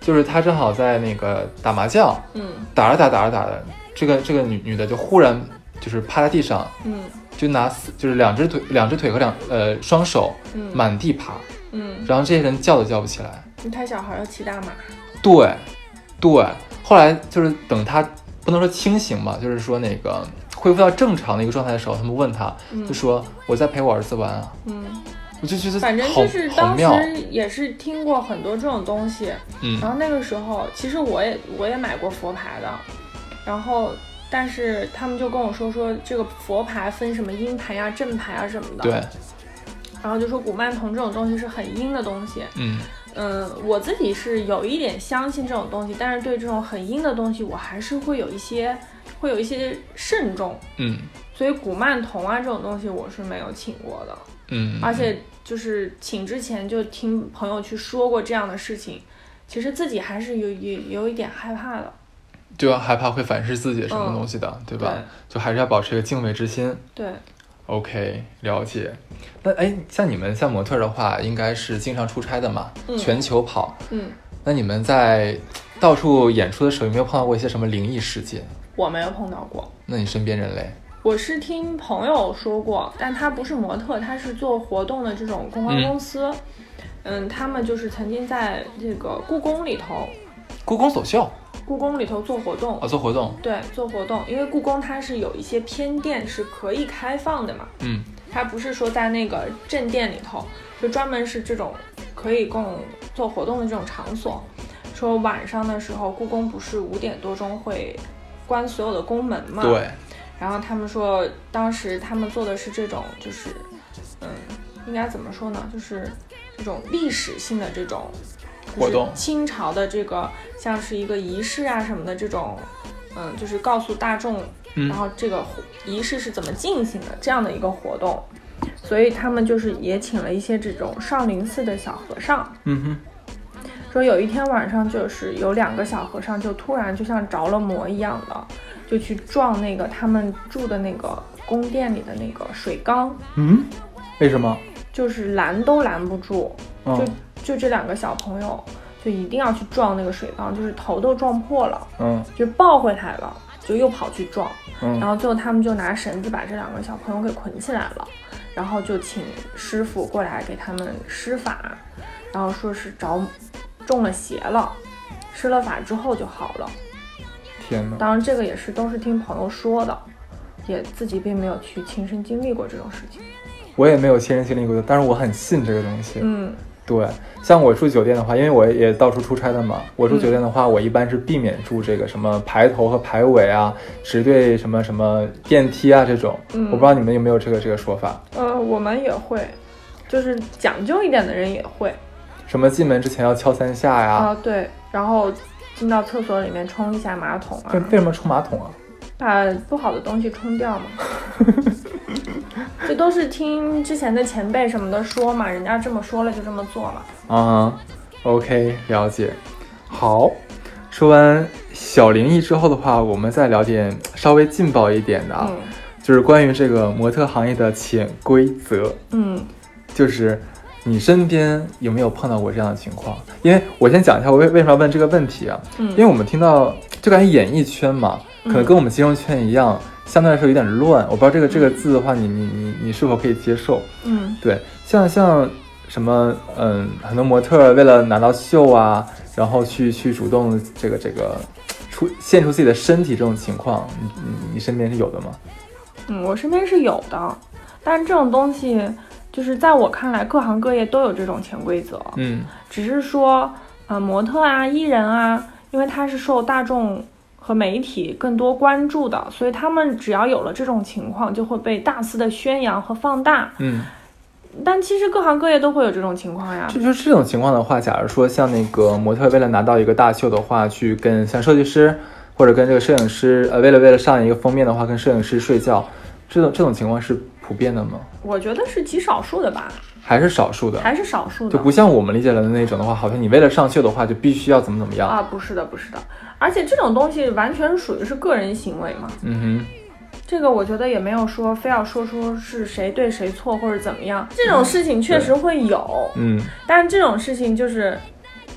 [SPEAKER 2] 就是他正好在那个打麻将，
[SPEAKER 4] 嗯
[SPEAKER 2] 打着打着打着打着，这个这个女女的就忽然就是趴在地上，
[SPEAKER 4] 嗯
[SPEAKER 2] 就拿四就是两只腿两只腿和两呃双手
[SPEAKER 4] 嗯
[SPEAKER 2] 满地爬，
[SPEAKER 4] 嗯，
[SPEAKER 2] 然后这些人叫都叫不起来。
[SPEAKER 4] 他小孩要骑大马。
[SPEAKER 2] 对，对。后来就是等他不能说清醒吧，就是说那个恢复到正常的一个状态的时候，他们问他，就说我在陪我儿子玩啊。
[SPEAKER 4] 嗯，
[SPEAKER 2] 我就觉得
[SPEAKER 4] 反正
[SPEAKER 2] 好
[SPEAKER 4] 就是
[SPEAKER 2] 好
[SPEAKER 4] 当
[SPEAKER 2] 妙，
[SPEAKER 4] 时也是听过很多这种东西，
[SPEAKER 2] 嗯
[SPEAKER 4] 然后那个时候其实我也我也买过佛牌的，然后。但是他们就跟我说说这个佛牌分什么阴牌呀、正牌啊什么的，
[SPEAKER 2] 对，
[SPEAKER 4] 然后就说古曼童这种东西是很阴的东西，
[SPEAKER 2] 嗯，
[SPEAKER 4] 嗯，我自己是有一点相信这种东西，但是对这种很阴的东西，我还是会有一些会有一些慎重。
[SPEAKER 2] 嗯
[SPEAKER 4] 所以古曼童啊这种东西我是没有请过的，
[SPEAKER 2] 嗯，
[SPEAKER 4] 而且就是请之前就听朋友去说过这样的事情，其实自己还是有有有一点害怕的。
[SPEAKER 2] 就要害怕会反噬自己什么
[SPEAKER 4] 嗯
[SPEAKER 2] 东西的，对吧？就还是要保持一个敬畏之心。
[SPEAKER 4] 对，
[SPEAKER 2] OK，了解。那哎，像你们像模特儿的话，应该是经常出差的嘛，
[SPEAKER 4] 嗯
[SPEAKER 2] 全球跑。
[SPEAKER 4] 嗯，
[SPEAKER 2] 那你们在到处演出的时候，有没有碰到过一些什么灵异事件？
[SPEAKER 4] 我没有碰到过。
[SPEAKER 2] 那你身边人嘞？
[SPEAKER 4] 我是听朋友说过，但他不是模特，他是做活动的这种公关
[SPEAKER 2] 嗯
[SPEAKER 4] 公司。嗯他们就是曾经在这个故宫里头，
[SPEAKER 2] 故宫走秀
[SPEAKER 4] 故宫里头做活动
[SPEAKER 2] 啊，。做活动，
[SPEAKER 4] 对，做活动，因为故宫它是有一些偏殿是可以开放的嘛，
[SPEAKER 2] 嗯，
[SPEAKER 4] 它不是说在那个正殿里头，就专门是这种可以供做活动的这种场所。说晚上的时候，故宫不是五点多钟会关所有的宫门嘛？。
[SPEAKER 2] 对，
[SPEAKER 4] 然后他们说，当时他们做的是这种，就是，嗯，应该怎么说呢？就是这种历史性的这种就是
[SPEAKER 2] 活动
[SPEAKER 4] 清朝的这个像是一个仪式啊什么的这种，嗯，就是告诉大众，
[SPEAKER 2] 嗯
[SPEAKER 4] 然后这个活仪式是怎么进行的这样的一个活动。所以他们就是也请了一些这种少林寺的小和尚，
[SPEAKER 2] 嗯哼，
[SPEAKER 4] 说有一天晚上，就是有两个小和尚就突然就像着了魔一样的，就去撞那个他们住的那个宫殿里的那个水缸，
[SPEAKER 2] 嗯，为什么？
[SPEAKER 4] 就是拦都拦不住，
[SPEAKER 2] 嗯
[SPEAKER 4] 就这两个小朋友就一定要去撞那个水缸，就是头都撞破了，
[SPEAKER 2] 嗯
[SPEAKER 4] 就抱回来了，就又跑去撞，
[SPEAKER 2] 嗯
[SPEAKER 4] 然后最后他们就拿绳子把这两个小朋友给捆起来了，然后就请师傅过来给他们施法，然后说是着中了邪了，施了法之后就好了。
[SPEAKER 2] 天哪！
[SPEAKER 4] 当然这个也是都是听朋友说的，也自己并没有去亲身经历过这种事情。
[SPEAKER 2] 我也没有亲身经历过的，但是我很信这个东西。
[SPEAKER 4] 嗯
[SPEAKER 2] 对，像我住酒店的话，因为我也到处出差的嘛，我住酒店的话，我一般是避免住这个什么排头和排尾啊，直对什么什么电梯啊这种。我不知道你们有没有这个这个说法，
[SPEAKER 4] 呃，我们也会，就是讲究一点的人也会
[SPEAKER 2] 什么进门之前要敲三下呀、
[SPEAKER 4] 啊、对，然后进到厕所里面冲一下马桶啊
[SPEAKER 2] 为，为什么冲马桶啊？
[SPEAKER 4] 把不好的东西冲掉嘛。这都是听之前的前辈什么的说嘛，人家这么说了就这么做嘛。
[SPEAKER 2] 啊、o k 了解。好，说完小灵异之后的话，我们再聊点稍微劲爆一点的啊，
[SPEAKER 4] 嗯
[SPEAKER 2] 就是关于这个模特行业的潜规则。
[SPEAKER 4] 嗯
[SPEAKER 2] 就是你身边有没有碰到过这样的情况？因为我先讲一下我为为什么要问这个问题啊，
[SPEAKER 4] 嗯
[SPEAKER 2] 因为我们听到就感觉演艺圈嘛，可能跟我们金融圈一样，相对来说有点乱。我不知道这个这个字的话，你你你你是否可以接受？
[SPEAKER 4] 嗯
[SPEAKER 2] 对，像像什么嗯，很多模特儿为了拿到秀啊，然后去去主动这个这个。出献出自己的身体这种情况，你你你身边是有的吗？
[SPEAKER 4] 嗯，我身边是有的，但是这种东西就是在我看来，各行各业都有这种潜规则。
[SPEAKER 2] 嗯
[SPEAKER 4] 只是说，呃，模特啊、艺人啊，因为他是受大众和媒体更多关注的，所以他们只要有了这种情况，就会被大肆的宣扬和放大。
[SPEAKER 2] 嗯，
[SPEAKER 4] 但其实各行各业都会有这种情况呀。
[SPEAKER 2] 就就这种情况的话，假如说像那个模特为了拿到一个大秀的话，去跟像设计师或者跟这个摄影师，呃，为了为了上一个封面的话，跟摄影师睡觉，这种这种情况是普遍的吗？
[SPEAKER 4] 我觉得是极少数的吧，
[SPEAKER 2] 还是少数的？
[SPEAKER 4] 还是少数
[SPEAKER 2] 就
[SPEAKER 4] 的
[SPEAKER 2] 不像我们理解的那种的话，好像你为了上秀的话，就必须要怎么怎么样。
[SPEAKER 4] 啊？不是的，不是的。而且这种东西完全属于是个人行为嘛，
[SPEAKER 2] 嗯
[SPEAKER 4] 这个我觉得也没有说非要说出是谁对谁错或者怎么样，这种事情确实会有，
[SPEAKER 2] 哼，嗯
[SPEAKER 4] 但这种事情就是，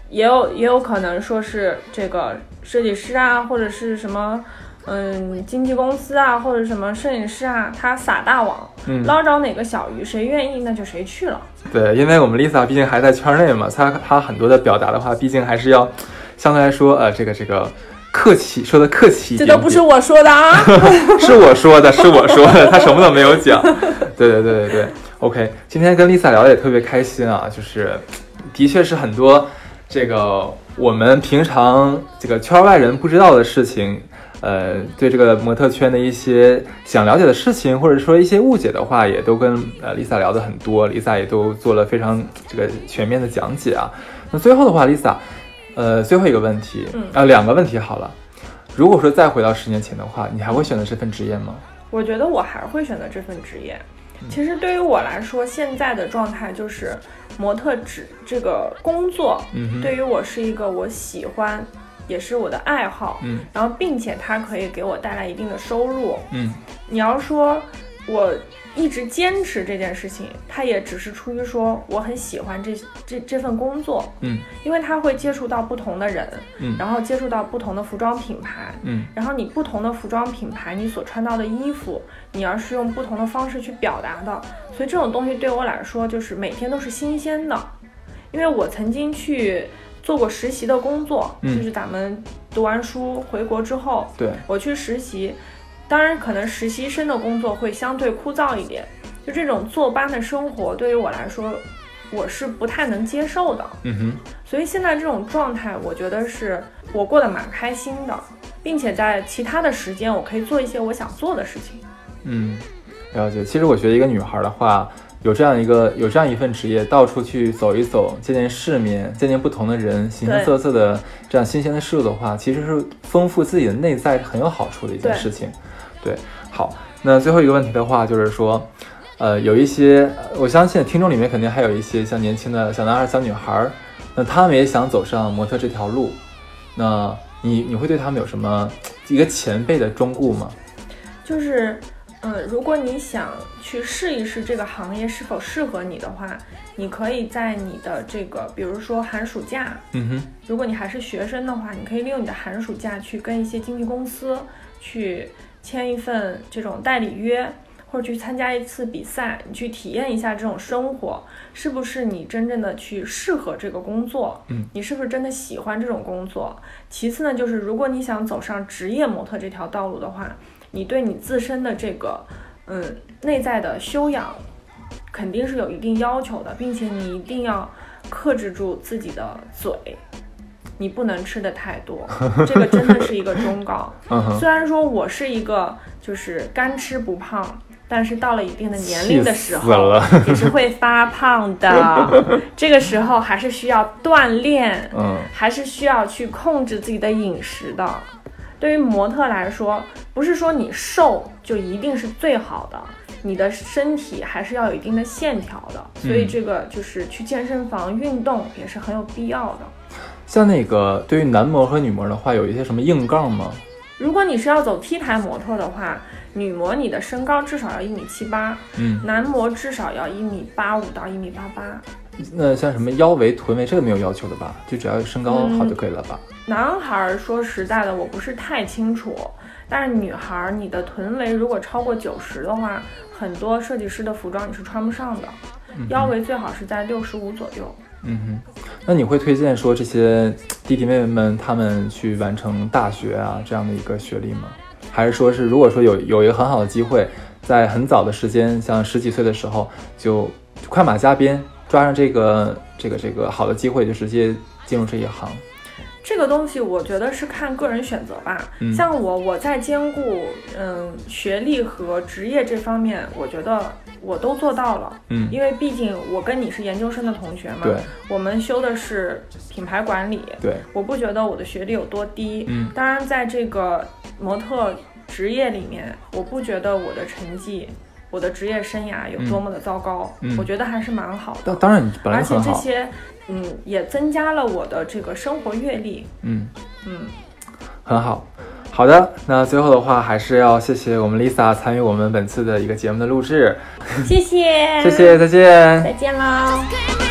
[SPEAKER 4] 也有也有可能说是这个设计师啊，或者是什么，嗯，经纪公司啊，或者什么摄影师啊，他撒大网，
[SPEAKER 2] 嗯，
[SPEAKER 4] 捞着哪个小鱼，谁愿意那就谁去了。
[SPEAKER 2] 对，因为我们 Lisa 毕竟还在圈内嘛，她她很多的表达的话，毕竟还是要相对来说，呃，这个这个客气，说的客气一
[SPEAKER 4] 这
[SPEAKER 2] 点
[SPEAKER 4] 都不
[SPEAKER 2] 点
[SPEAKER 4] 是我说的啊，
[SPEAKER 2] 是我说的，是我说的，他什么都没有讲。对对对对对，OK，今天跟 Lisa 聊的也特别开心啊，就是的确是很多这个我们平常这个圈外人不知道的事情。呃，对这个模特圈的一些想了解的事情，或者说一些误解的话，也都跟呃 Lisa 聊的很多，Lisa 也都做了非常这个全面的讲解啊。那最后的话，Lisa，呃，最后一个问题，
[SPEAKER 4] 嗯
[SPEAKER 2] 呃，两个问题好了。如果说再回到十年前的话，你还会选择这份职业吗？
[SPEAKER 4] 我觉得我还会选择这份职业。
[SPEAKER 2] 嗯
[SPEAKER 4] 其实对于我来说，现在的状态就是模特只这个工作，
[SPEAKER 2] 嗯哼
[SPEAKER 4] 对于我是一个我喜欢，也是我的爱好，
[SPEAKER 2] 嗯
[SPEAKER 4] 然后并且它可以给我带来一定的收入。
[SPEAKER 2] 嗯
[SPEAKER 4] 你要说我一直坚持这件事情，它也只是出于说我很喜欢这这这份工作，
[SPEAKER 2] 嗯
[SPEAKER 4] 因为它会接触到不同的人，
[SPEAKER 2] 嗯
[SPEAKER 4] 然后接触到不同的服装品牌，
[SPEAKER 2] 嗯
[SPEAKER 4] 然后你不同的服装品牌，你所穿到的衣服，你要是用不同的方式去表达的，所以这种东西对我来说就是每天都是新鲜的，因为我曾经去做过实习的工作，
[SPEAKER 2] 嗯
[SPEAKER 4] 就是咱们读完书回国之后，
[SPEAKER 2] 对，
[SPEAKER 4] 我去实习，当然可能实习生的工作会相对枯燥一点，就这种坐班的生活对于我来说，我是不太能接受的。
[SPEAKER 2] 嗯哼，
[SPEAKER 4] 所以现在这种状态，我觉得是我过得蛮开心的，并且在其他的时间，我可以做一些我想做的事情。
[SPEAKER 2] 嗯，了解。其实我觉得一个女孩的话，有这样一个有这样一份职业，到处去走一走，见见世面，见见不同的人，形形
[SPEAKER 4] 对
[SPEAKER 2] 色色的这样新鲜的事物的话，其实是丰富自己的内在很有好处的一件
[SPEAKER 4] 对
[SPEAKER 2] 事情。对，好，那最后一个问题的话，就是说。呃，有一些，呃我相信听众里面肯定还有一些像年轻的小男孩、小女孩儿，那他们也想走上模特这条路，那你你会对他们有什么一个前辈的忠告吗？
[SPEAKER 4] 就是，嗯，如果你想去试一试这个行业是否适合你的话，你可以在你的这个，比如说寒暑假，
[SPEAKER 2] 嗯哼，
[SPEAKER 4] 如果你还是学生的话，你可以利用你的寒暑假去跟一些经纪公司去签一份这种代理约，或者去参加一次比赛，你去体验一下这种生活，是不是你真正的去适合这个工作？
[SPEAKER 2] 嗯，
[SPEAKER 4] 你是不是真的喜欢这种工作？其次呢，就是如果你想走上职业模特这条道路的话，你对你自身的这个嗯内在的修养肯定是有一定要求的，并且你一定要克制住自己的嘴，你不能吃的太多， 这个真的是一个忠 告。
[SPEAKER 2] 嗯哼，
[SPEAKER 4] 虽然说我是一个就是干吃不胖，但是到了一定的年
[SPEAKER 2] 气
[SPEAKER 4] 龄的时
[SPEAKER 2] 死
[SPEAKER 4] 候，
[SPEAKER 2] 了，
[SPEAKER 4] 也是会发胖 的。这个时候还是需要锻炼，
[SPEAKER 2] 嗯，
[SPEAKER 4] 还是需要去控制自己的饮食的。对于模特来说，不是说你瘦就一定是最好的，你的身体还是要有一定的线条的。所以
[SPEAKER 2] 嗯
[SPEAKER 4] 这个就是去健身房运动也是很有必要的。
[SPEAKER 2] 像那个对于男模和女模的话，有一些什么硬杠吗？
[SPEAKER 4] 如果你是要走 T 台模特的话，女模你的身高至少要一米七八，
[SPEAKER 2] 嗯，
[SPEAKER 4] 男模至少要一米八五到一米八八。
[SPEAKER 2] 那像什么腰围、臀围这个没有要求的吧？就只要身高好就可以了吧？
[SPEAKER 4] 男孩儿说实在的，我不是太清楚，但是女孩儿你的臀围如果超过九十的话，很多设计师的服装你是穿不上的，
[SPEAKER 2] 嗯哼
[SPEAKER 4] 腰围最好是在六十五左右。
[SPEAKER 2] 嗯哼，那你会推荐说这些弟弟妹妹们他们去完成大学啊这样的一个学历吗？还是说是如果说有有一个很好的机会，在很早的时间，像十几岁的时候就就快马加鞭抓上这个这个这个好的机会，就直接进入这一行？
[SPEAKER 4] 这个东西我觉得是看个人选择吧。
[SPEAKER 2] 嗯
[SPEAKER 4] 像我，我在兼顾嗯学历和职业这方面，我觉得我都做到了。
[SPEAKER 2] 嗯，
[SPEAKER 4] 因为毕竟我跟你是研究生的同学嘛，
[SPEAKER 2] 对
[SPEAKER 4] 我们修的是品牌管理，
[SPEAKER 2] 对，
[SPEAKER 4] 我不觉得我的学历有多低。
[SPEAKER 2] 嗯
[SPEAKER 4] 当然，在这个模特职业里面，我不觉得我的成绩、我的职业生涯有多么的糟糕，
[SPEAKER 2] 嗯嗯
[SPEAKER 4] 我觉得还是蛮好的。
[SPEAKER 2] 当当然你本来
[SPEAKER 4] 而
[SPEAKER 2] 就
[SPEAKER 4] 且
[SPEAKER 2] 很
[SPEAKER 4] 这
[SPEAKER 2] 好，
[SPEAKER 4] 些，嗯，也增加了我的这个生活阅历。
[SPEAKER 2] 嗯。
[SPEAKER 4] 嗯，
[SPEAKER 2] 很好。好的，那最后的话还是要谢谢我们 Lisa 参与我们本次的一个节目的录制，
[SPEAKER 7] 谢谢，
[SPEAKER 4] 嗯
[SPEAKER 2] 谢，谢，再见。
[SPEAKER 7] 再见喽。
[SPEAKER 1] Came in Mm-hmm. Oh, Mm-hmm.